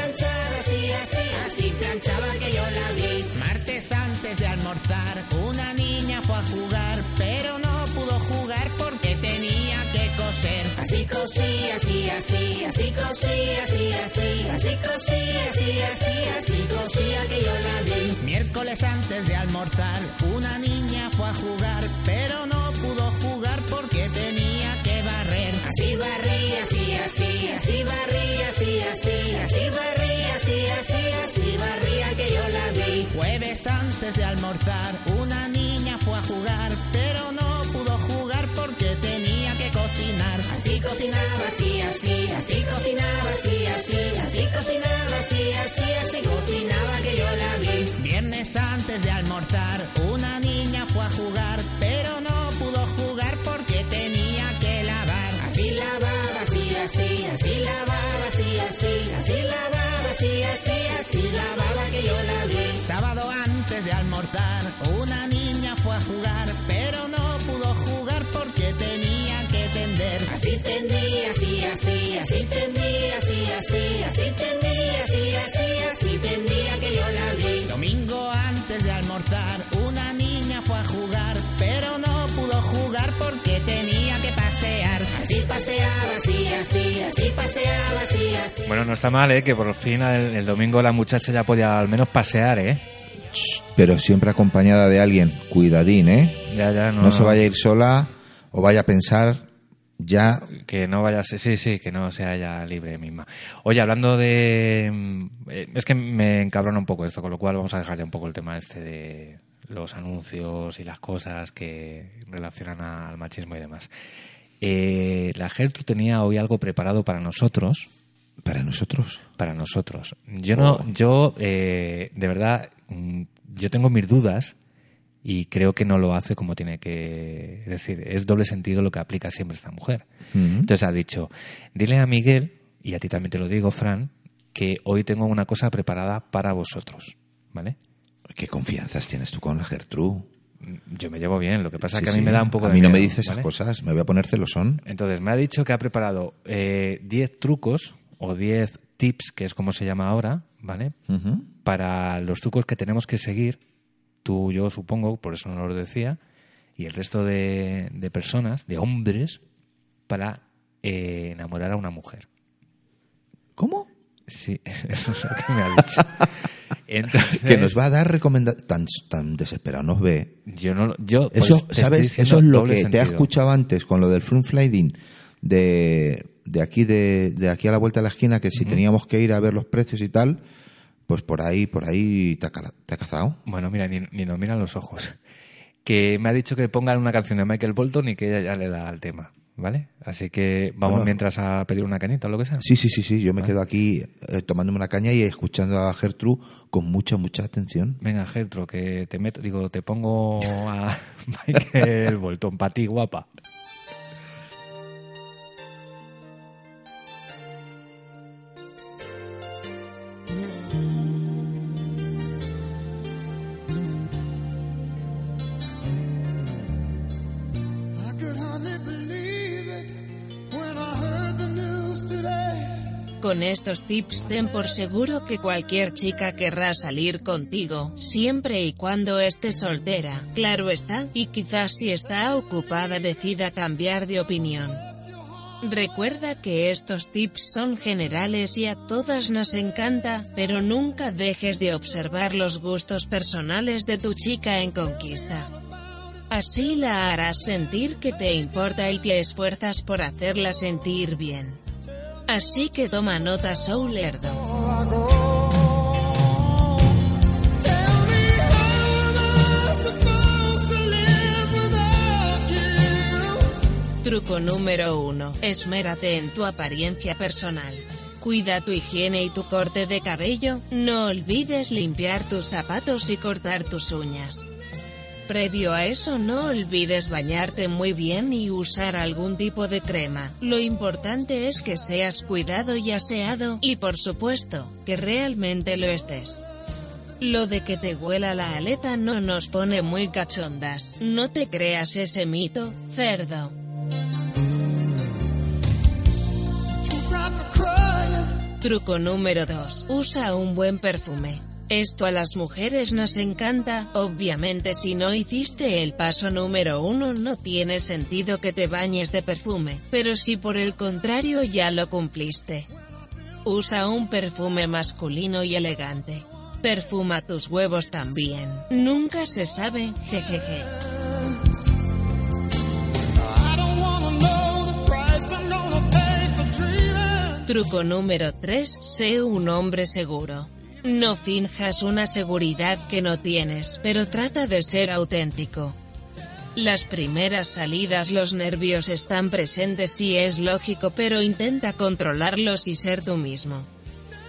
S7: Martes antes de almorzar, una niña fue a jugar, pero no pudo jugar porque tenía que coser. Así cosí, así, así, así cosí, así, así, así cosí, así, así, así cosía que yo la vi. Miércoles antes de almorzar, una niña fue a jugar, pero no pudo jugar porque tenía que barrer. Así barrí, así, así, así barrí, así, así, así barrí, así, así, así barría que yo la vi. Jueves antes de almorzar, una niña fue a jugar, pero no pudo jugar porque tenía que cocinar. Así cocinaba, así, así, así cocinaba, así, así, así cocinaba, así, así, así cocinaba que yo la vi. Viernes antes de almorzar, una niña fue a jugar, pero no pudo jugar porque tenía que lavar. Así lavaba, así, así, así lavaba, así, así, así lavaba, así, así, así lavaba que yo la vi. Sábado antes de almorzar, una niña fue a jugar, pero no pudo jugar porque tenía que tender. Así tendía, así, así, así tendía, así, así, así tendía, así, así, así tendía que yo la vi. Domingo antes de almorzar, una niña fue a jugar, pero no pudo jugar porque tenía que pasear. Así paseaba, así, así, así paseaba, así, así.
S1: Bueno, no está mal, ¿eh? Que por fin el, el domingo la muchacha ya podía al menos pasear, ¿eh?
S2: Pero siempre acompañada de alguien. Cuidadín, ¿eh?
S1: Ya, ya, no.
S2: No se vaya a ir sola o vaya a pensar ya
S1: Que no vaya a ser, sí, sí, que no sea ya libre misma. Oye, hablando de... mm, eh, Es que me encabrona un poco esto, con lo cual vamos a dejar ya un poco el tema este de los anuncios y las cosas que relacionan a- al machismo y demás. Eh, la Gertrude tenía hoy algo preparado para nosotros,
S2: para nosotros.
S1: para nosotros. Yo no, yo eh, de verdad, mm, yo tengo mis dudas y creo que no lo hace como tiene que es decir. Es doble sentido lo que aplica siempre esta mujer.
S2: ¿Mm?
S1: Entonces ha dicho, dile a Miguel y a ti también te lo digo, Fran, que hoy tengo una cosa preparada para vosotros, ¿vale? Mm,
S2: ¿Qué confianzas tienes tú con la Gertrude?
S1: Yo me llevo bien, lo que pasa es
S2: Sí,
S1: que a mí
S2: sí.
S1: me da un poco
S2: A
S1: de
S2: mí no me
S1: miedo,
S2: dices esas
S1: ¿vale?
S2: cosas, me voy a poner celosón.
S1: Entonces, me ha dicho que ha preparado eh, 10 trucos o 10 tips, que es como se llama ahora, ¿vale?
S2: Ujú.
S1: para los trucos que tenemos que seguir, tú, yo supongo, por eso no lo decía, y el resto de, de personas, de hombres, para eh, enamorar a una mujer.
S2: ¿Cómo?
S1: Sí, *laughs* eso es lo que me ha dicho. Entonces,
S2: *laughs* Que nos va a dar recomendaciones. Tan, tan desesperado nos ve.
S1: Yo no lo- yo pues,
S2: Eso,
S1: te estoy
S2: ¿sabes?
S1: diciendo
S2: Eso es lo
S1: doble
S2: que te he
S1: sentido.
S2: escuchado antes con lo del front sliding de, de aquí de, de aquí a la vuelta de la esquina, que si teníamos que ir a ver los precios y tal, pues por ahí, por ahí te ha, cala- te ha cazado.
S1: Bueno, mira, ni, ni nos miran los ojos. Que me ha dicho que pongan una canción de Michael Bolton y que ella ya le da al tema, ¿vale? Así que vamos
S2: Bueno.
S1: mientras a pedir una canita o lo que sea.
S2: Sí, sí, sí, sí.
S1: Ah.
S2: Yo me quedo aquí eh, tomándome una caña y escuchando a Gertrude con mucha, mucha atención.
S1: Venga, Gertro, que te meto, digo, te pongo a *laughs* Michael Bolton, para ti, guapa.
S4: I could hardly believe it when I heard the news today.
S3: Con estos tips ten por seguro que cualquier chica querrá salir contigo, siempre y cuando esté soltera, claro está, y quizás si está ocupada decida cambiar de opinión. Recuerda que estos tips son generales y a todas nos encanta, pero nunca dejes de observar los gustos personales de tu chica en conquista. Así la harás sentir que te importa y te esfuerzas por hacerla sentir bien. Así que toma nota Soul Lerdo.
S4: Tell me how am I supposed to live without you?
S3: Truco número 1. Esmérate en tu apariencia personal. Cuida tu higiene y tu corte de cabello, no olvides limpiar tus zapatos y cortar tus uñas. Previo a eso no olvides bañarte muy bien y usar algún tipo de crema. Lo importante es que seas cuidado y aseado, y por supuesto, que realmente lo estés. Lo de que te huela la aleta no nos pone muy cachondas. No te creas ese mito, cerdo. Truco número 2. Usa un buen perfume. Esto a las mujeres nos encanta, obviamente si no hiciste el paso número uno no tiene sentido que te bañes de perfume, pero si por el contrario ya lo cumpliste. Usa un perfume masculino y elegante. Perfuma tus huevos también. Nunca se sabe, jejeje. Truco número 3. Sé un hombre seguro. No finjas una seguridad que no tienes, pero trata de ser auténtico. Las primeras salidas los nervios están presentes y es lógico, pero intenta controlarlos y ser tú mismo.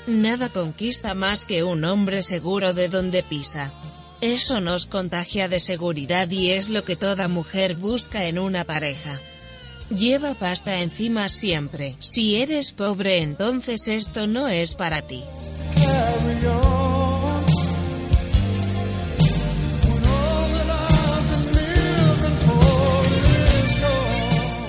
S3: Nada conquista más que un hombre seguro de donde pisa. Eso nos contagia de seguridad y es lo que toda mujer busca en una pareja. Lleva pasta encima siempre. Si eres pobre entonces esto no es para ti.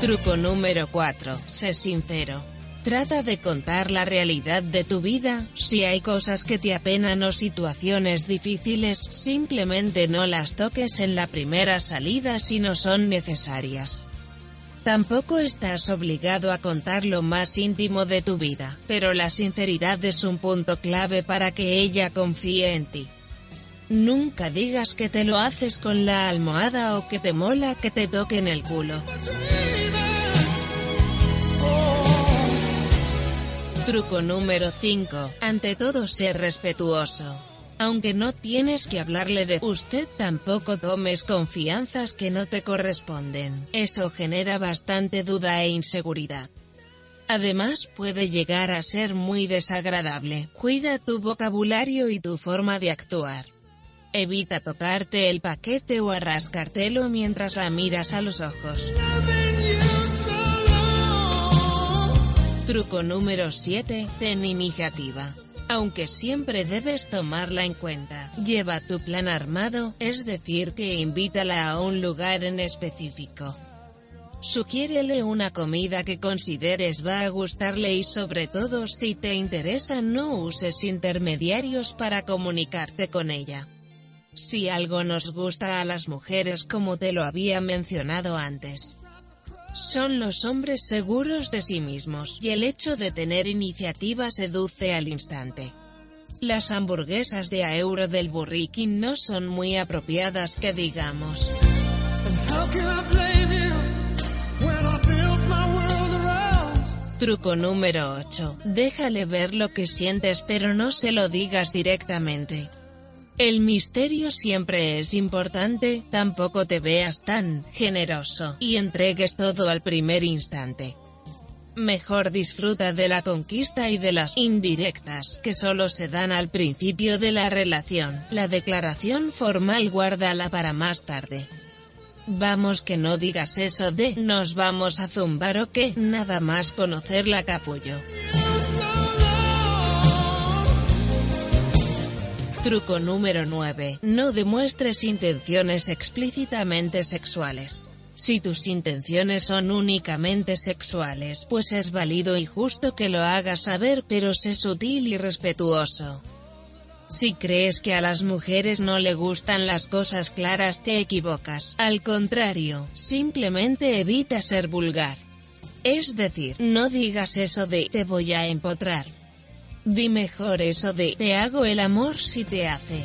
S3: Truco número 4. Sé sincero. Trata de contar la realidad de tu vida, si hay cosas que te apenan o situaciones difíciles, simplemente no las toques en la primera salida si no son necesarias. Tampoco estás obligado a contar lo más íntimo de tu vida, pero la sinceridad es un punto clave para que ella confíe en ti. Nunca digas que te lo haces con la almohada o que te mola que te toquen el culo.
S4: Oh,
S3: Truco número 5. Ante todo, ser respetuoso. Aunque no tienes que hablarle de usted, tampoco tomes confianzas que no te corresponden. Eso genera bastante duda e inseguridad. Además, puede llegar a ser muy desagradable. Cuida tu vocabulario y tu forma de actuar. Evita tocarte el paquete o arrascártelo mientras la miras a los ojos. Truco número 7. Ten iniciativa. Aunque siempre debes tomarla en cuenta, lleva tu plan armado, es decir, que invítala a un lugar en específico. Sugiérele una comida que consideres va a gustarle y sobre todo si te interesa no uses intermediarios para comunicarte con ella. Si algo nos gusta a las mujeres como te lo había mencionado antes. Son los hombres seguros de sí mismos y el hecho de tener iniciativa seduce al instante. Las hamburguesas de a euro del Burriki no son muy apropiadas que digamos. Truco número 8. Déjale ver lo que sientes pero no se lo digas directamente. El misterio siempre es importante, tampoco te veas tan generoso y entregues todo al primer instante. Mejor disfruta de la conquista y de las indirectas que solo se dan al principio de la relación. La declaración formal guárdala para más tarde. Vamos que no digas eso de nos vamos a zumbar o que nada más conocer la capullo. Truco número 9. No demuestres intenciones explícitamente sexuales. Si tus intenciones son únicamente sexuales, pues es válido y justo que lo hagas saber, pero sé sutil y respetuoso. Si crees que a las mujeres no le gustan las cosas claras te equivocas. Al contrario, simplemente evita ser vulgar. Es decir, no digas eso de te voy a empotrar. Di mejor eso de te hago el amor si te hace.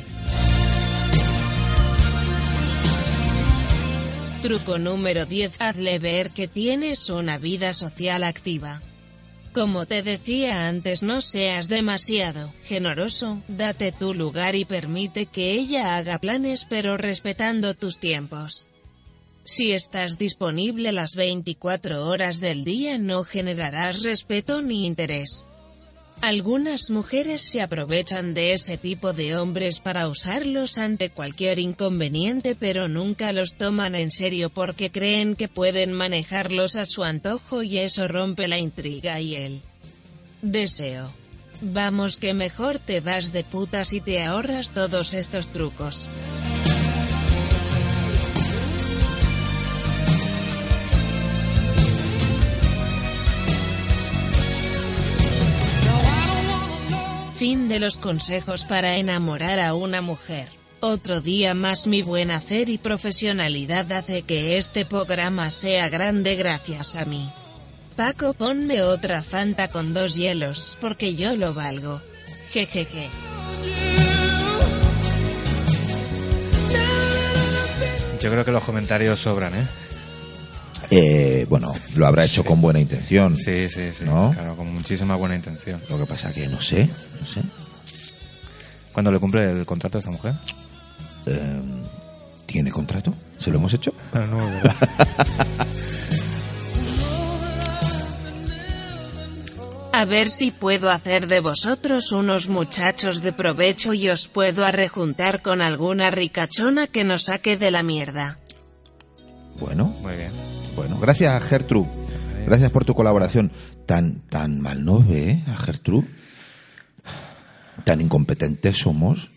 S3: Truco número 10. Hazle ver que tienes una vida social activa. Como te decía antes, no seas demasiado generoso, date tu lugar y permite que ella haga planes pero respetando tus tiempos. Si estás disponible las 24 horas del día no generarás respeto ni interés. Algunas mujeres se aprovechan de ese tipo de hombres para usarlos ante cualquier inconveniente pero nunca los toman en serio porque creen que pueden manejarlos a su antojo y eso rompe la intriga y el deseo. Vamos que mejor te vas de puta si te ahorras todos estos trucos. Fin de los consejos para enamorar a una mujer. Otro día más mi buen hacer y profesionalidad hace que este programa sea grande gracias a mí. Paco ponme otra Fanta con dos hielos, porque yo lo valgo. Jejeje.
S1: Yo creo que los comentarios sobran, ¿eh?
S2: Eh, bueno, lo habrá hecho con buena intención.
S1: Sí, sí, sí.
S2: ¿No?
S1: Claro, con muchísima buena intención.
S2: Lo que pasa que no sé, no sé.
S1: ¿Cuándo le cumple el contrato a esta mujer?
S2: Eh, ¿Tiene contrato? ¿Se lo hemos hecho?
S1: no,
S3: A ver si puedo hacer de vosotros unos muchachos de provecho y os puedo arrejuntar con alguna ricachona que nos saque de la mierda.
S2: Bueno,
S1: Muy bien.
S2: bueno. Gracias, Gertrude. Gracias por tu colaboración. Tan, tan mal nos ve ¿eh? a Gertrude. Tan incompetentes somos.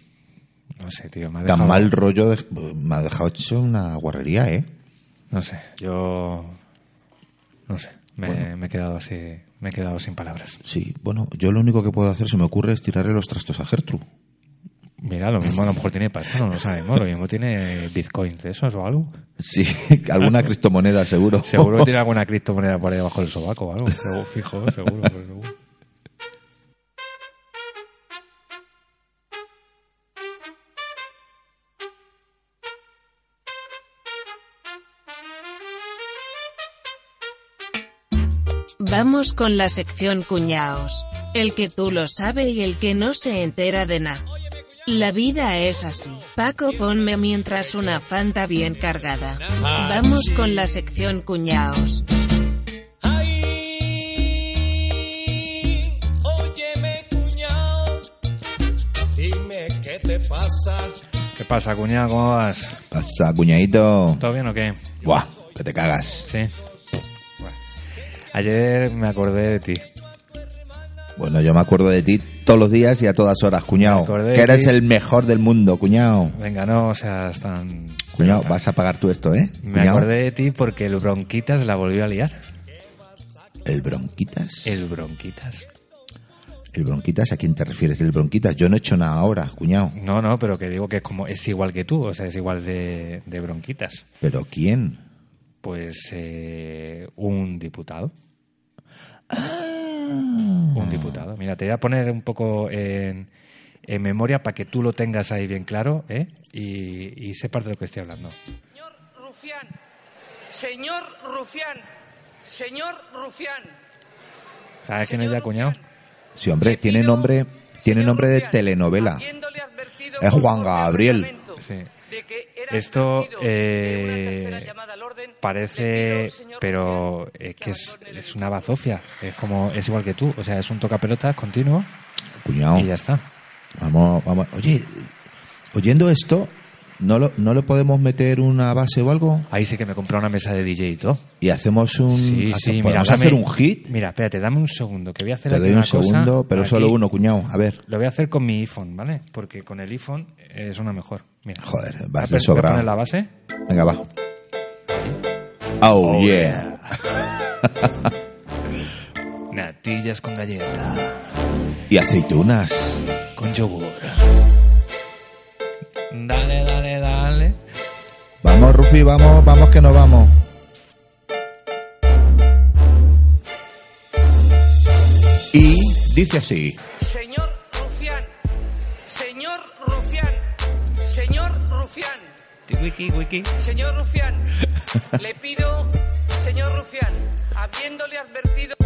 S1: No sé, tío. Me ha
S2: Tan
S1: dejado-
S2: mal rollo. de- me ha dejado hecho una guarrería, ¿eh?
S1: No sé, yo. No sé. Me, me he quedado así. Me he quedado sin palabras.
S2: Sí, bueno, yo lo único que puedo hacer, se me ocurre, es tirarle los trastos a Gertrude.
S1: Mira, lo mismo a lo mejor tiene pasta, no lo sabemos. Lo mismo tiene bitcoins de esos o algo.
S2: Sí, *laughs* alguna criptomoneda,
S1: *laughs*
S2: seguro.
S1: Seguro que tiene alguna criptomoneda por ahí debajo del sobaco o algo. Seguro, Fijo, seguro. pero seguro.
S3: Vamos con la sección cuñaos. El que tú lo sabe y el que no se entera de nada. La vida es así. Paco ponme mientras una fanta bien cargada. Vamos con la sección cuñaos.
S4: Ay, óyeme, cuñado. Dime qué te pasa.
S1: ¿Qué pasa, cuñado? ¿Cómo vas?
S2: Pasa, cuñadito.
S1: ¿Todo bien o qué?
S2: Buah, que te cagas.
S1: Sí. Bueno. Ayer me acordé de ti.
S2: Bueno, yo me acuerdo de ti todos los días y a todas horas, cuñado.
S1: Me acordé
S2: Que
S1: de
S2: eres
S1: ti.
S2: el mejor del mundo, cuñado.
S1: Venga, no seas tan.
S2: Cuñado, vas a pagar tú esto, ¿eh?
S1: Me
S2: Cuñao,
S1: acordé de ti porque el Bronquitas la volvió a liar.
S2: El Bronquitas. El...
S1: El Bronquitas.
S2: Bronquitas, ¿a quién te refieres? El Bronquitas. Yo no he hecho nada ahora, cuñado.
S1: No, no, pero que digo que es como es igual que tú, o sea, es igual de, de Bronquitas.
S2: ¿Pero quién?
S1: Pues eh, un diputado.
S2: Ah,
S1: Un diputado. Mira, te voy a poner un poco en, en memoria para que tú lo tengas ahí bien claro ¿eh? y, y sepas de lo que estoy hablando.
S8: Señor Rufián, señor Rufián, señor Rufián.
S1: ¿Sabes quién es ya, cuñado?
S2: Sí, hombre, Eh, tiene nombre, tiene nombre de telenovela. Es Juan Gabriel.
S1: Sí. Esto, eh, Parece, pero es que es, es una bazofia. Es como es igual que tú, o sea, es un tocapelotas continuo
S2: Cuñado.
S1: y ya está.
S2: Vamos, vamos. Oye, oyendo esto, ¿no, lo, ¿no le podemos meter una base o algo?
S1: Ahí sí que me compré una mesa de DJ y todo.
S2: Y hacemos un.
S1: Sí,
S2: hace-
S1: sí, mira,
S2: ¿podemos
S1: dame-
S2: hacer un hit.
S1: Mira, espérate, dame un segundo, que voy a hacer
S2: Te
S1: aquí
S2: doy un
S1: una cosa
S2: segundo, pero solo
S1: aquí.
S2: uno, cuñado. A ver.
S1: Lo voy a hacer con mi iPhone, ¿vale? Porque con el iPhone es una mejor. Mira.
S2: Joder,
S1: Voy a
S2: vas
S1: pe-
S2: de
S1: voy a poner
S2: sobra.
S1: la base?
S2: Venga, va. Oh, yeah.
S1: Natillas con galleta,
S2: Y aceitunas.
S1: con yogur. Dale, dale, dale.
S2: Vamos, Rufi, vamos, vamos que nos vamos. Y dice así.
S8: Señor Rufián, señor Rufián, señor Rufián,
S1: Wiki, wiki.
S2: *laughs*
S8: señor Rufián, le pido, señor Rufián, habiéndole advertido...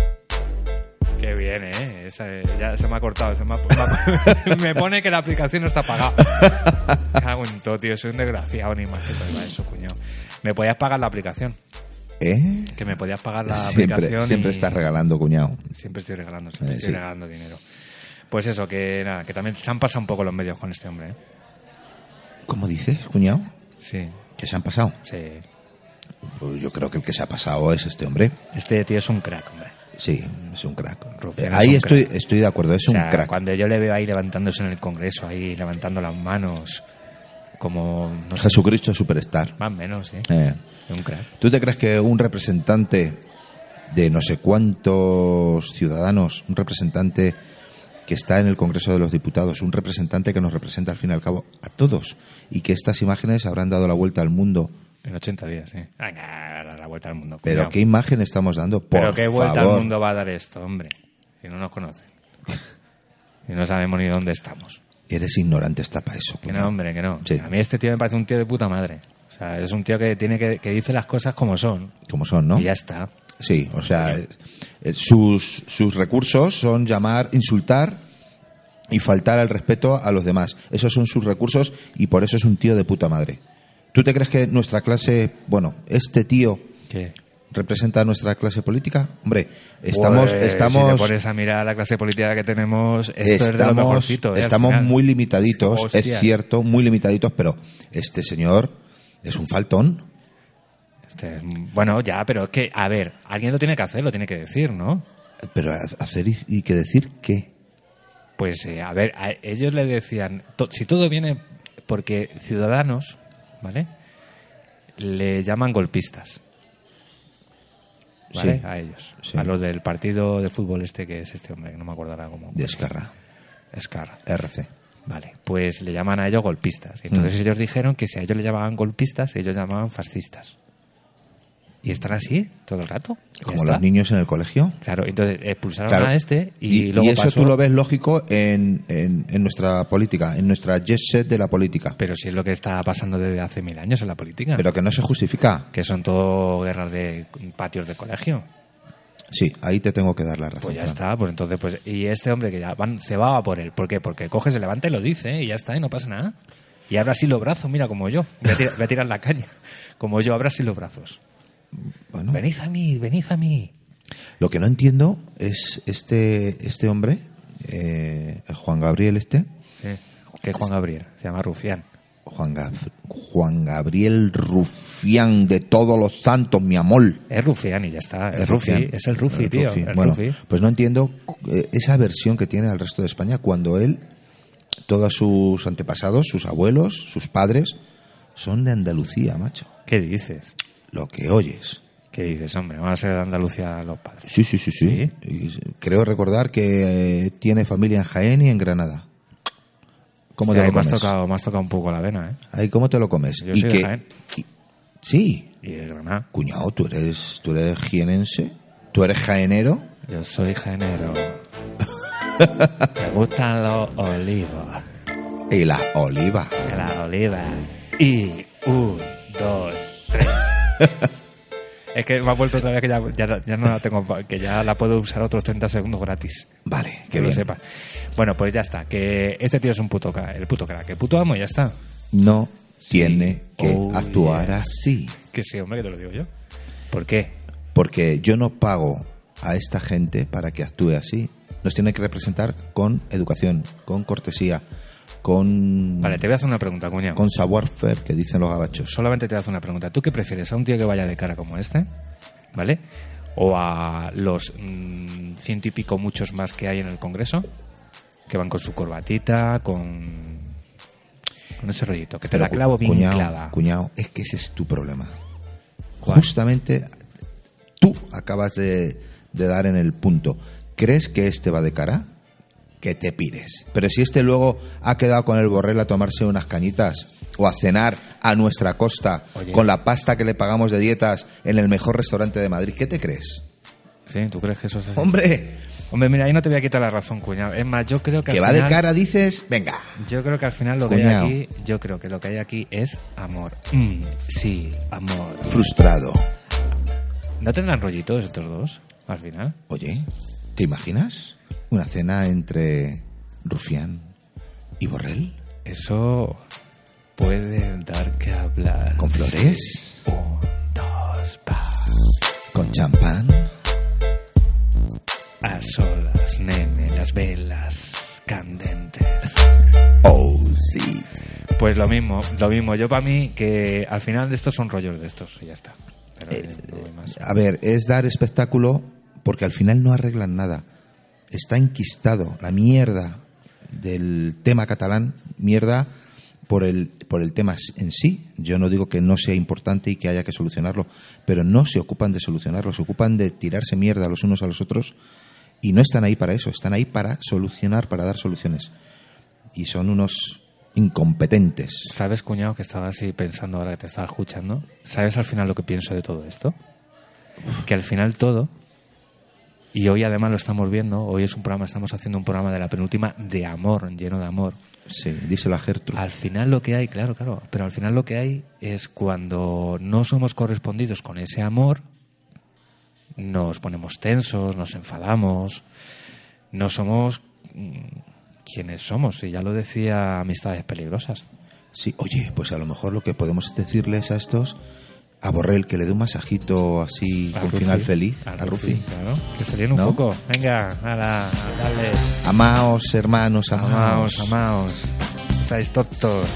S1: Qué bien, ¿eh? Esa, eh, ya se me ha cortado. se me, ha- *laughs* me pone que la aplicación no está pagada. Me cago en todo, tío. Soy un desgraciado, ni más que todo eso, cuñado. Me podías pagar la aplicación.
S2: ¿Eh?
S1: Que me podías pagar la
S2: Siempre,
S1: aplicación.
S2: siempre
S1: y-
S2: estás regalando, cuñado.
S1: Siempre estoy regalando, siempre
S2: Eh,
S1: estoy
S2: sí.
S1: regalando dinero. Pues eso, que nada, que también se han pasado un poco los medios con este hombre. ¿eh?
S2: ¿Cómo dices, cuñado?
S1: Sí,
S2: ¿Qué se han pasado?
S1: sí.
S2: Pues yo creo que el que se ha pasado es este hombre.
S1: Este tío es un crack, hombre.
S2: Sí, es un crack.
S1: Rufián
S2: Eh,
S1: es
S2: ahí
S1: un
S2: estoy,
S1: crack.
S2: estoy de acuerdo, es
S1: O sea,
S2: un crack.
S1: Cuando yo le veo ahí levantándose en el Congreso, ahí levantando las manos, como, no sé,
S2: Jesucristo Superstar.
S1: más o menos, ¿eh?
S2: Eh,
S1: Un crack.
S2: ¿Tú te crees que un representante de no sé cuántos ciudadanos, un representante que está en el Congreso de los Diputados, un representante que nos representa al fin y al cabo a todos, y que estas imágenes habrán dado la vuelta al mundo?
S1: En 80 días, sí. Venga, a dar la vuelta al mundo.
S2: Pero
S1: cuidado.
S2: qué imagen estamos dando, por
S1: Pero qué vuelta
S2: favor.
S1: al mundo va a dar esto, hombre. Si no nos conocen. y no sabemos ni dónde estamos.
S2: Eres ignorante, está para eso.
S1: Que no,
S2: puñado.
S1: hombre, que no.
S2: Sí.
S1: A mí este tío me parece un tío de puta madre. O sea, es un tío que tiene que, que dice las cosas como son.
S2: Como son, ¿no?
S1: Y ya está.
S2: Sí, o sea, eh, eh, sus, sus recursos son llamar, insultar y faltar al respeto a los demás. Esos son sus recursos y por eso es un tío de puta madre. ¿Tú te crees que nuestra clase, bueno, este tío
S1: ¿Qué?
S2: representa a nuestra clase política? Hombre, estamos,
S1: Pues, Si te
S2: estamos,
S1: pones a mirar la clase política que tenemos, esto es de lo
S2: estamos,
S1: mejorcito. ¿eh? Al
S2: estamos
S1: final.
S2: muy limitaditos,
S1: Hostia.
S2: es cierto, muy limitaditos, pero este señor es un faltón.
S1: Este es- bueno, ya, pero es que, a ver, alguien lo tiene que hacer, lo tiene que decir, ¿no?
S2: Pero ha- hacer y- y que decir qué.
S1: Pues eh, a ver, a ellos le decían, to- si todo viene porque ciudadanos, ¿vale? Le llaman golpistas. ¿Vale?
S2: Sí.
S1: A ellos.
S2: Sí.
S1: A los del partido de fútbol este que es este hombre, que no me acordará cómo.
S2: De Escarra,
S1: Escarra.
S2: RC.
S1: Vale, pues le llaman a ellos golpistas. Y entonces
S2: Mm.
S1: ellos dijeron que si a ellos le llamaban golpistas, ellos llamaban fascistas. Y están así todo el rato. Ya
S2: Como
S1: está.
S2: los niños en el colegio.
S1: Claro, entonces expulsaron
S2: Claro.
S1: a este y,
S2: Y-
S1: luego
S2: y eso
S1: pasó-
S2: tú lo ves lógico en, en- en nuestra política, en nuestra jet set de la política.
S1: Pero si es lo que está pasando desde hace mil años en la política.
S2: Pero que no se justifica.
S1: que son todo guerras de patios de colegio.
S2: Sí, ahí te tengo que dar la razón.
S1: Pues ya
S2: Fran.
S1: está, pues entonces, pues. Y este hombre que ya van, se va a por él. ¿Por qué? Porque coge, se levanta y lo dice, ¿eh? y ya está, y no pasa nada. Y abre así los brazos, mira, como yo. Voy a, tirar- voy a tirar la caña. *laughs* Como yo, abre así los brazos.
S2: Bueno,
S1: Venid a mí, venid a mí.
S2: lo que no entiendo es este, este hombre, eh, Juan Gabriel este,
S1: Sí. Que es Juan Gabriel, se llama Rufián.
S2: Juan, Gab- Juan Gabriel Rufián de todos los santos, mi amor.
S1: Es Rufián y ya está. Es,
S2: Rufián.
S1: Rufi, es el Rufi, tío.
S2: Rufi.
S1: el
S2: Bueno,
S1: Rufi.
S2: pues no entiendo eh, esa versión que tiene al resto de España cuando él, todos sus antepasados, sus abuelos, sus padres, son de Andalucía, macho.
S1: ¿Qué dices?
S2: Lo que oyes.
S1: ¿Qué dices, hombre? Van a ser de Andalucía los padres.
S2: Sí, sí, sí, sí. Y creo recordar que eh, tiene familia en Jaén y en Granada. ¿Cómo
S1: Sí,
S2: te
S1: ahí
S2: lo
S1: me has
S2: comes?
S1: tocado, me has tocado un poco la vena, ¿eh?
S2: Ahí, ¿Cómo te lo comes?
S1: Yo soy de Jaén.
S2: y- sí,
S1: Y de Granada.
S2: cuñado, tú eres, tú eres jienense, tú eres jaenero.
S1: Yo soy género. *laughs* Me gustan los olivos.
S2: Y la oliva.
S1: Las olivas. Y un, dos, tres. *laughs* es que me ha vuelto otra vez que ya, ya- ya no la tengo, pa- que ya la puedo usar otros 30 segundos gratis.
S2: Vale,
S1: Que lo sepa. Bueno, pues ya está. Que este tío es un puto crack. El puto crack. El puto amo y ya está.
S2: No tiene que
S1: Oh,
S2: actuar
S1: yeah.
S2: así.
S1: Que sí, hombre, que te lo digo yo. ¿Por qué?
S2: Porque yo no pago a esta gente para que actúe así. Nos tiene que representar con educación, con cortesía, con,
S1: Vale, te voy a hacer una pregunta, cuñado.
S2: con savoir faire, que dicen los gabachos.
S1: solamente te hago una pregunta. ¿Tú qué prefieres? ¿A un tío que vaya de cara como este? ¿Vale? ¿O a los mm, ciento y pico muchos más que hay en el Congreso? Que van con su corbatita, con, con ese rollito. Que te la
S2: cu-
S1: clavo bien
S2: cuñao,
S1: clavada.
S2: cuñao, es que ese es tu problema.
S1: ¿Cuál?
S2: Justamente tú acabas de, de dar en el punto. ¿Crees que este va de cara? Que te pires. Pero si este luego ha quedado con el borrel a tomarse unas cañitas o a cenar a nuestra costa
S1: Oye.
S2: con la pasta que le pagamos de dietas en el mejor restaurante de Madrid, ¿qué te crees?
S1: ¿Sí? ¿Tú crees que eso es así?
S2: Hombre,
S1: Hombre, mira, ahí no te voy a quitar la razón, cuñado. Es más, yo creo que,
S2: que
S1: al
S2: va de
S1: final-
S2: cara, dices, venga.
S1: Yo creo que al final lo que
S2: Cuñao.
S1: hay aquí, yo creo que lo que hay aquí es amor. Mm, sí, amor.
S2: Frustrado.
S1: ¿No tendrán rollitos estos dos al final?
S2: Oye, ¿te imaginas una cena entre Rufián y Borrell?
S1: Eso puede dar que hablar.
S2: ¿Con flores?
S1: Un, dos, pa.
S2: ¿Con champán?
S1: A solas, nene, las velas candentes.
S2: Oh, sí.
S1: Pues lo mismo, lo mismo. Yo para mí que al final de estos son rollos de estos y ya está. Pero eh, no hay más.
S2: A ver, es dar espectáculo porque al final no arreglan nada. Está enquistado la mierda del tema catalán, mierda por el, por el tema en sí. Yo no digo que no sea importante y que haya que solucionarlo, pero no se ocupan de solucionarlo, se ocupan de tirarse mierda los unos a los otros y no están ahí para eso, están ahí para solucionar, para dar soluciones. Y son unos incompetentes.
S1: ¿Sabes, cuñado, que estaba así pensando ahora que te estaba escuchando? ¿Sabes al final lo que pienso de todo esto? Que al final todo, y hoy además lo estamos viendo, hoy es un programa, estamos haciendo un programa de la penúltima de amor, lleno de amor.
S2: Sí, díselo a Gertrude.
S1: Al final lo que hay, claro, claro, pero al final lo que hay es cuando no somos correspondidos con ese amor, nos ponemos tensos, nos enfadamos, no somos mm, quienes somos, y ya lo decía Amistades Peligrosas.
S2: Sí, oye, pues a lo mejor lo que podemos decirles a estos, a Borrell que le dé un masajito así
S1: Al
S2: con
S1: Rufi,
S2: final feliz,
S1: al
S2: a Rufi.
S1: Rufi, claro, que se liene un
S2: ¿No?
S1: poco. Venga, ala, dale.
S2: Amaos, hermanos, amaos.
S1: Amaos, amaos. Estáis tontos.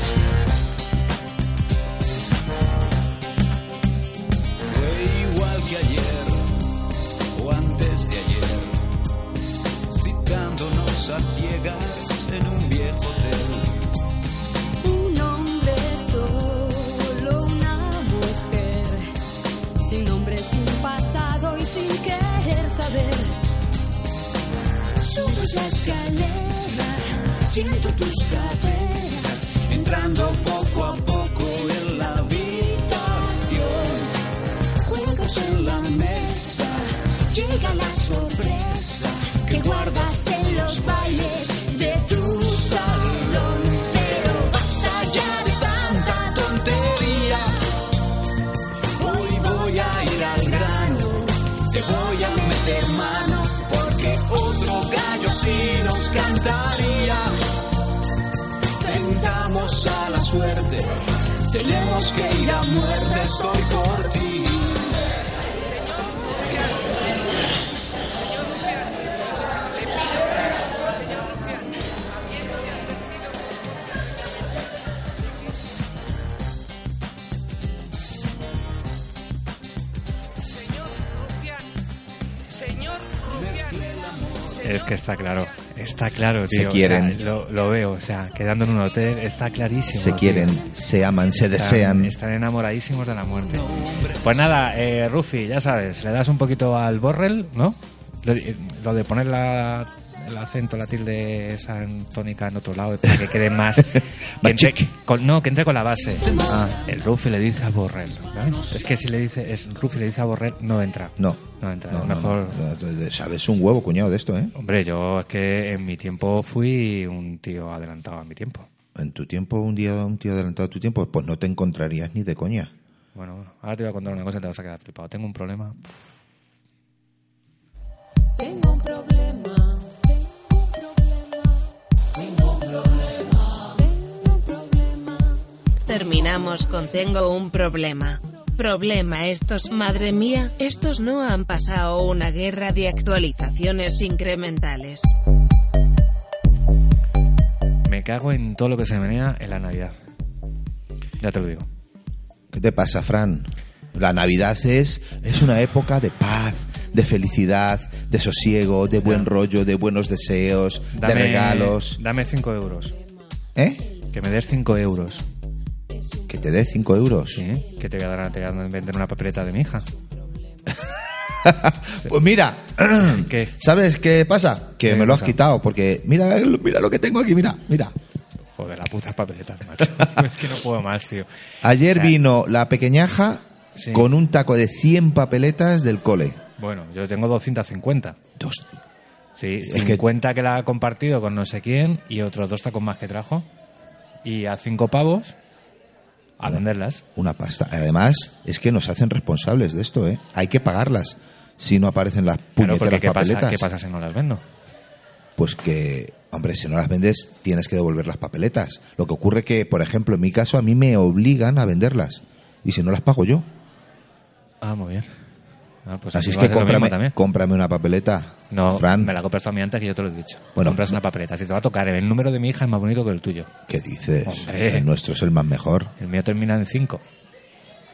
S4: Fue igual que ayer o antes de ayer, citándonos a ciegas en un viejo hotel.
S9: Un hombre solo, una mujer, sin nombre, sin pasado y sin querer saber. Subes la escalera, siento tus caderas, entrando poco a poco en la habitación. Juegos en la mesa, llega la sorpresa que guardas en los bailes de tu salón. Pero basta ya de tanta tontería, hoy voy a ir al grano, te voy a meter mano, porque otro gallo sí nos cantaría. Tentamos a la suerte, tenemos que ir a muerte, estoy por ti.
S8: Señor Rufián. Señor Rufián.
S1: Es que está claro, está claro,
S2: Se
S1: tío. o sea,
S2: quieren.
S1: lo, lo veo, o sea, quedando en un hotel, está clarísimo.
S2: Se
S1: tío.
S2: quieren, se aman, se
S1: Están-
S2: desean.
S1: Están enamoradísimos de la muerte. Pues nada, eh, Rufi, ya sabes, le das un poquito al Borrell, ¿no? Lo, eh, lo de poner la, el acento, la tilde esa en tónica en otro lado, para que quede
S2: *laughs*
S1: más. que entre-
S2: Machic.
S1: con- no, que entre con la base.
S2: Ah,
S1: El Rufi le dice a Borrell, ¿vale? Es que si le dice, es Rufi le dice a Borrell, no entra.
S2: no.
S1: No entra. mejor.
S2: no, no. Sabes un huevo, cuñado, de esto, ¿eh?
S1: Hombre, yo es que en mi tiempo fui un tío adelantado a mi tiempo.
S2: En tu tiempo, un día un tío adelantado a tu tiempo, pues no te encontrarías ni de coña.
S1: Bueno, ahora te voy a contar una cosa y te vas a quedar flipado. Tengo un problema.
S9: Tengo un problema. Tengo un problema. Tengo un problema. Tengo un problema.
S3: Terminamos con tengo un problema. Problema estos, madre mía, estos no han pasado una guerra de actualizaciones incrementales.
S1: Me cago en todo lo que se menea en la Navidad. Ya te lo digo.
S2: ¿Qué te pasa, Fran? La Navidad es, es una época de paz, de felicidad, de sosiego, de buen rollo, de buenos deseos, de regalos.
S1: Dame 5 euros.
S2: ¿Eh?
S1: Que me des 5 euros.
S2: Que te dé 5 euros.
S1: Sí. ¿eh? Que te voy a dar, te voy a vender una papeleta de mi hija.
S2: Pues mira,
S1: ¿Qué?
S2: ¿sabes qué pasa? Que
S1: ¿Qué
S2: me lo has
S1: pasa?
S2: quitado, porque mira, mira lo que tengo aquí, mira, mira.
S1: Joder, la puta papeleta, macho. *laughs* es que no puedo más, tío.
S2: Ayer
S1: O sea,
S2: vino la pequeñaja
S1: Sí.
S2: con un taco de 100 papeletas del cole.
S1: Bueno, yo tengo 250.
S2: Dos.
S1: Sí,
S2: Es que-
S1: 50 que... la ha compartido con no sé quién y otros dos tacos más que trajo. Y a 5 pavos a venderlas.
S2: Una pasta. Además, es que nos hacen responsables de esto, ¿eh? Hay que pagarlas si no aparecen las
S1: Claro,
S2: puñeteras
S1: porque ¿qué
S2: papeletas.
S1: pasa, ¿qué pasa si no las vendo?
S2: Pues que, hombre, si no las vendes, tienes que devolver las papeletas. Lo que ocurre que, por ejemplo, en mi caso, a mí me obligan a venderlas. Y si no las pago yo.
S1: Ah, muy bien. Ah, pues aquí
S2: Así es
S1: va a
S2: que
S1: ser lo mismo
S2: cómprame,
S1: también.
S2: cómprame una papeleta.
S1: No,
S2: Fran,
S1: me la compras tú a mí antes que yo te lo he dicho.
S2: Bueno,
S1: compras una papeleta. Si te va a tocar, el número de mi hija es más bonito que el tuyo.
S2: ¿qué dices?
S1: Hombre.
S2: El nuestro es el más mejor.
S1: El mío termina en 5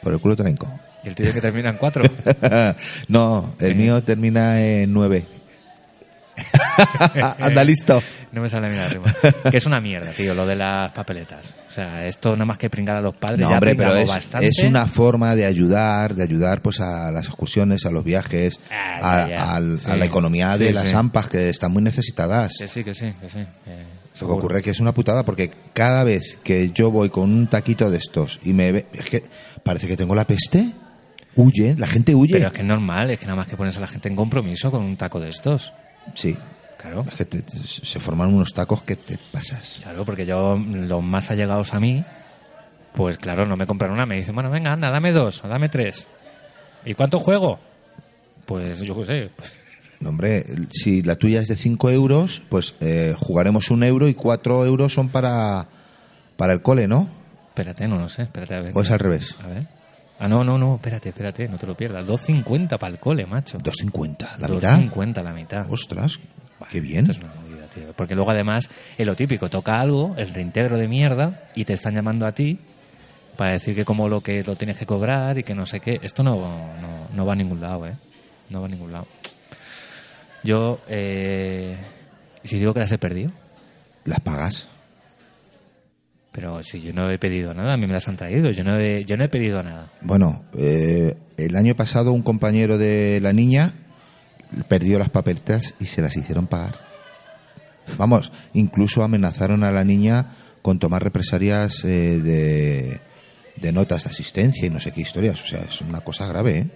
S2: Por el culo trenco.
S1: y el tuyo que termina en 4.
S2: *laughs* no, el
S1: Eh.
S2: mío termina en nueve. *laughs* Anda, listo.
S1: No me sale bien la rima. Que es una mierda, tío, lo de las papeletas. O sea, esto nada más que pringar a los padres.
S2: No,
S1: ya
S2: hombre, pero
S1: pringamos
S2: es,
S1: bastante.
S2: es una forma de ayudar, de ayudar pues a las excursiones, a los viajes,
S1: Ah,
S2: a,
S1: ya, ya.
S2: al-
S1: Sí.
S2: a la economía de
S1: Sí,
S2: las
S1: sí.
S2: AMPAs que están muy necesitadas.
S1: Que sí, que sí, que sí. eh,
S2: Lo que ocurre que es una putada porque cada vez que yo voy con un taquito de estos y me ve, es que parece que tengo la peste, huye, la gente huye.
S1: Pero es que es normal, es que nada más que pones a la gente en compromiso con un taco de estos.
S2: Sí,
S1: Claro,
S2: es que te- te- se forman unos tacos que te pasas.
S1: claro, porque yo, los más allegados a mí, pues claro, no me compran una. Me dicen, bueno, venga, anda, dame dos o dame tres. ¿Y cuánto juego? Pues yo qué sé. pues,
S2: No, hombre, si la tuya es de 5 euros, pues eh, jugaremos un euro y 4 euros son para, para el cole, ¿no?
S1: espérate, no lo sé, espérate a ver.
S2: O es al revés.
S1: A ver. Ah, no, no, no, espérate, espérate, no te lo pierdas. 2.50 para el cole, macho.
S2: 2.50, la mitad.
S1: 2.50 la mitad.
S2: Ostras,
S1: Buah,
S2: qué bien.
S1: esto es una movida, tío. Porque luego, además, es lo típico: toca algo, el reintegro de mierda, y te están llamando a ti para decir que como lo que lo tienes que cobrar y que no sé qué. Esto no, no, no va a ningún lado, ¿eh? No va a ningún lado. Yo, eh, si digo que las he perdido,
S2: Las pagas.
S1: pero si yo no he pedido nada, a mí me las han traído. Yo no he, yo no he pedido nada.
S2: Bueno, eh, el año pasado un compañero de la niña perdió las papeletas y se las hicieron pagar. Vamos, incluso amenazaron a la niña con tomar represalias eh, de, de notas de asistencia y no sé qué historias. O sea, es una cosa grave, ¿eh?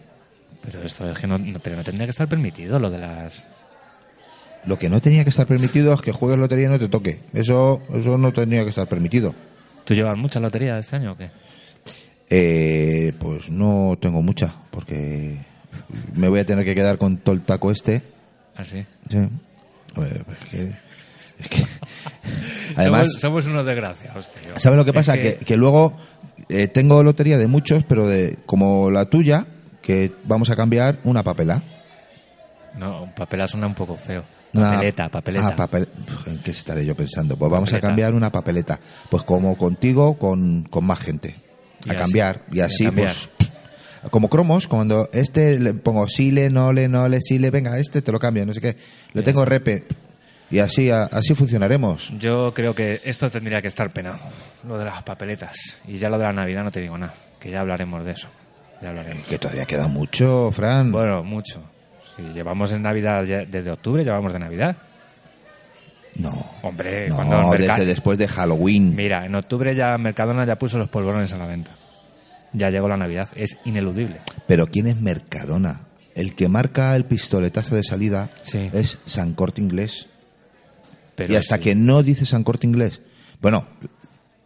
S1: Pero esto es que no, no- pero no tendría que estar permitido lo de las.
S2: Lo que no tenía que estar permitido es que juegues lotería y no te toque. Eso, eso no tenía que estar permitido.
S1: ¿Tú llevas mucha lotería este año o qué?
S2: Eh, pues no tengo mucha, porque me voy a tener que quedar con todo el taco este.
S1: Así.
S2: Sí. A ver, pues es que,
S1: *laughs*
S2: es que- Además,
S1: somos, somos unos desgraciados, tío.
S2: ¿sabes lo que
S1: Es
S2: pasa? Que, que luego eh, tengo lotería de muchos, pero de como la tuya, que vamos a cambiar una papela.
S1: No, papela suena un poco feo.
S2: Una-
S1: Papeleta, papeleta.
S2: Ah, papel... Uf, ¿en ¿Qué estaré yo pensando? Pues vamos
S1: Papeleta.
S2: a cambiar una papeleta. Pues como contigo, con, con más gente.
S1: Y
S2: A
S1: así.
S2: cambiar.
S1: Y
S2: Y
S1: a
S2: así,
S1: cambiar.
S2: pues... pff, Como cromos, cuando este le pongo sile, no le, no le, sile, venga, este te lo cambio, no sé qué. Lo tengo repe. Y así, a- así funcionaremos.
S1: Yo creo que esto tendría que estar penado. Lo de las papeletas. Y ya lo de la Navidad no te digo nada. Que ya hablaremos de eso. Ya hablaremos.
S2: Que todavía queda mucho, Fran.
S1: Bueno, mucho. Si llevamos en Navidad ya- desde octubre, llevamos de Navidad.
S2: no.
S1: Hombre,
S2: No,
S1: cuando el mercado-
S2: desde después de Halloween.
S1: Mira, en octubre ya Mercadona ya puso los polvorones a la venta. Ya llegó la Navidad. Es ineludible.
S2: Pero ¿quién es Mercadona? El que marca el pistoletazo de salida
S1: Sí.
S2: es San Corte Inglés.
S1: Pero
S2: y hasta
S1: sí.
S2: que no dice San Corte Inglés. Bueno,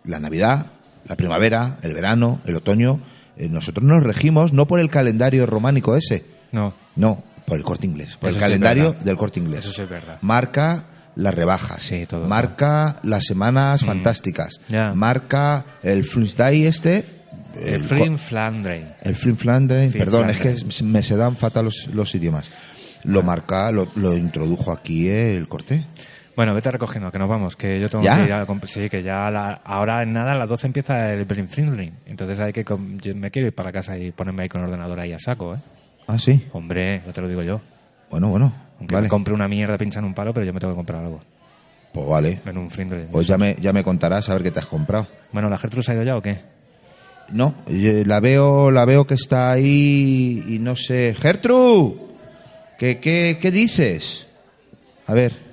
S2: la Navidad, la primavera, el verano, el otoño, eh, nosotros nos regimos no por el calendario románico ese,
S1: No.
S2: no, por el corte inglés, por
S1: Eso
S2: el
S1: sí es
S2: calendario
S1: verdad.
S2: del corte inglés.
S1: Eso sí es verdad.
S2: Marca las rebajas,
S1: Sí, todo, Mm.
S2: marca las semanas fantásticas,
S1: Ya.
S2: marca el Day este.
S1: El
S2: co-
S1: Flim Flandre.
S2: el Flim Flandre,
S1: Flim
S2: perdón,
S1: Flandre.
S2: es que me se dan fatal los, los idiomas. Lo marca, lo, lo introdujo aquí eh, el corte.
S1: Bueno, vete recogiendo, que nos vamos, que yo tengo
S2: ¿Ya?
S1: que ir a comp- Sí, que ya a la- ahora en nada a las 12 empieza el Brin Frin Rin. Entonces hay que... com- yo me quiero ir para casa y ponerme ahí con el ordenador ahí a saco, ¿eh?
S2: Ah, sí.
S1: Hombre, no te lo digo yo.
S2: Bueno, bueno.
S1: Aunque
S2: vale.
S1: me compre una mierda pinchando un palo, pero yo me tengo que comprar algo.
S2: Pues vale.
S1: En un Frin
S2: Pues ya me, ya me contarás a ver qué te has comprado.
S1: Bueno, ¿la Gertrude se ha ido ya o qué?
S2: No, yo la veo, la veo que está ahí y no sé. ¡Gertrude! ¿Qué, qué, qué dices? A ver.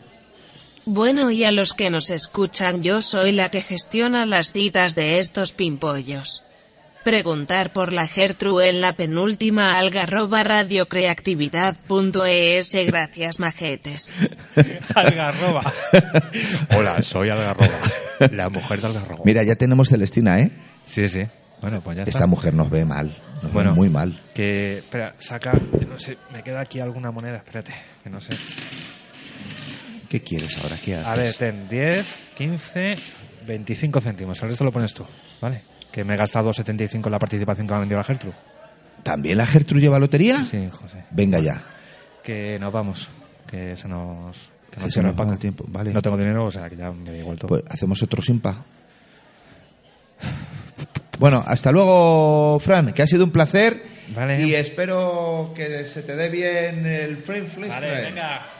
S3: Bueno y a los que nos escuchan yo soy la que gestiona las citas de estos pimpollos. Preguntar por la Gertrude en la penúltima algarroba radiocreatividad.es e gracias majetes.
S1: Algarroba. *laughs* Hola, soy Algarroba. La mujer de Algarroba.
S2: Mira, ya tenemos Celestina, ¿eh?
S1: Sí, sí. Bueno, pues ya está.
S2: Esta mujer nos ve mal. Nos
S1: Bueno.
S2: ve muy mal.
S1: Que, espera, saca... No sé, me queda aquí alguna moneda, espérate. Que no sé.
S2: ¿Qué quieres ahora? ¿Qué haces?
S1: A ver, ten 10, 15, 25 céntimos. El resto lo pones tú, ¿vale? Que me he gastado 75 en la participación que me ha vendido la Gertrude.
S2: ¿También la Gertrude lleva lotería?
S1: Sí, José.
S2: Venga ya.
S1: Que nos vamos. Que se nos.
S2: Que se nos va el tiempo, vale.
S1: No tengo dinero, o sea que ya me he vuelto.
S2: Pues hacemos otro simpa. Bueno, hasta luego, Fran, que ha sido un placer.
S1: Vale.
S2: Y espero que se te dé bien el Frame Flintstone.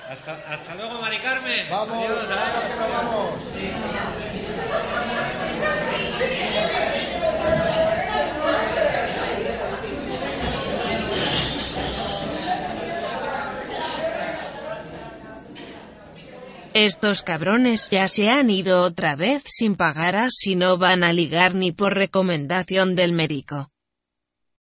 S1: Hasta, luego, Mari Carmen.
S2: Vamos, vamos, que nos vamos.
S3: Estos cabrones ya se han ido otra vez sin pagar así no van a ligar ni por recomendación del médico.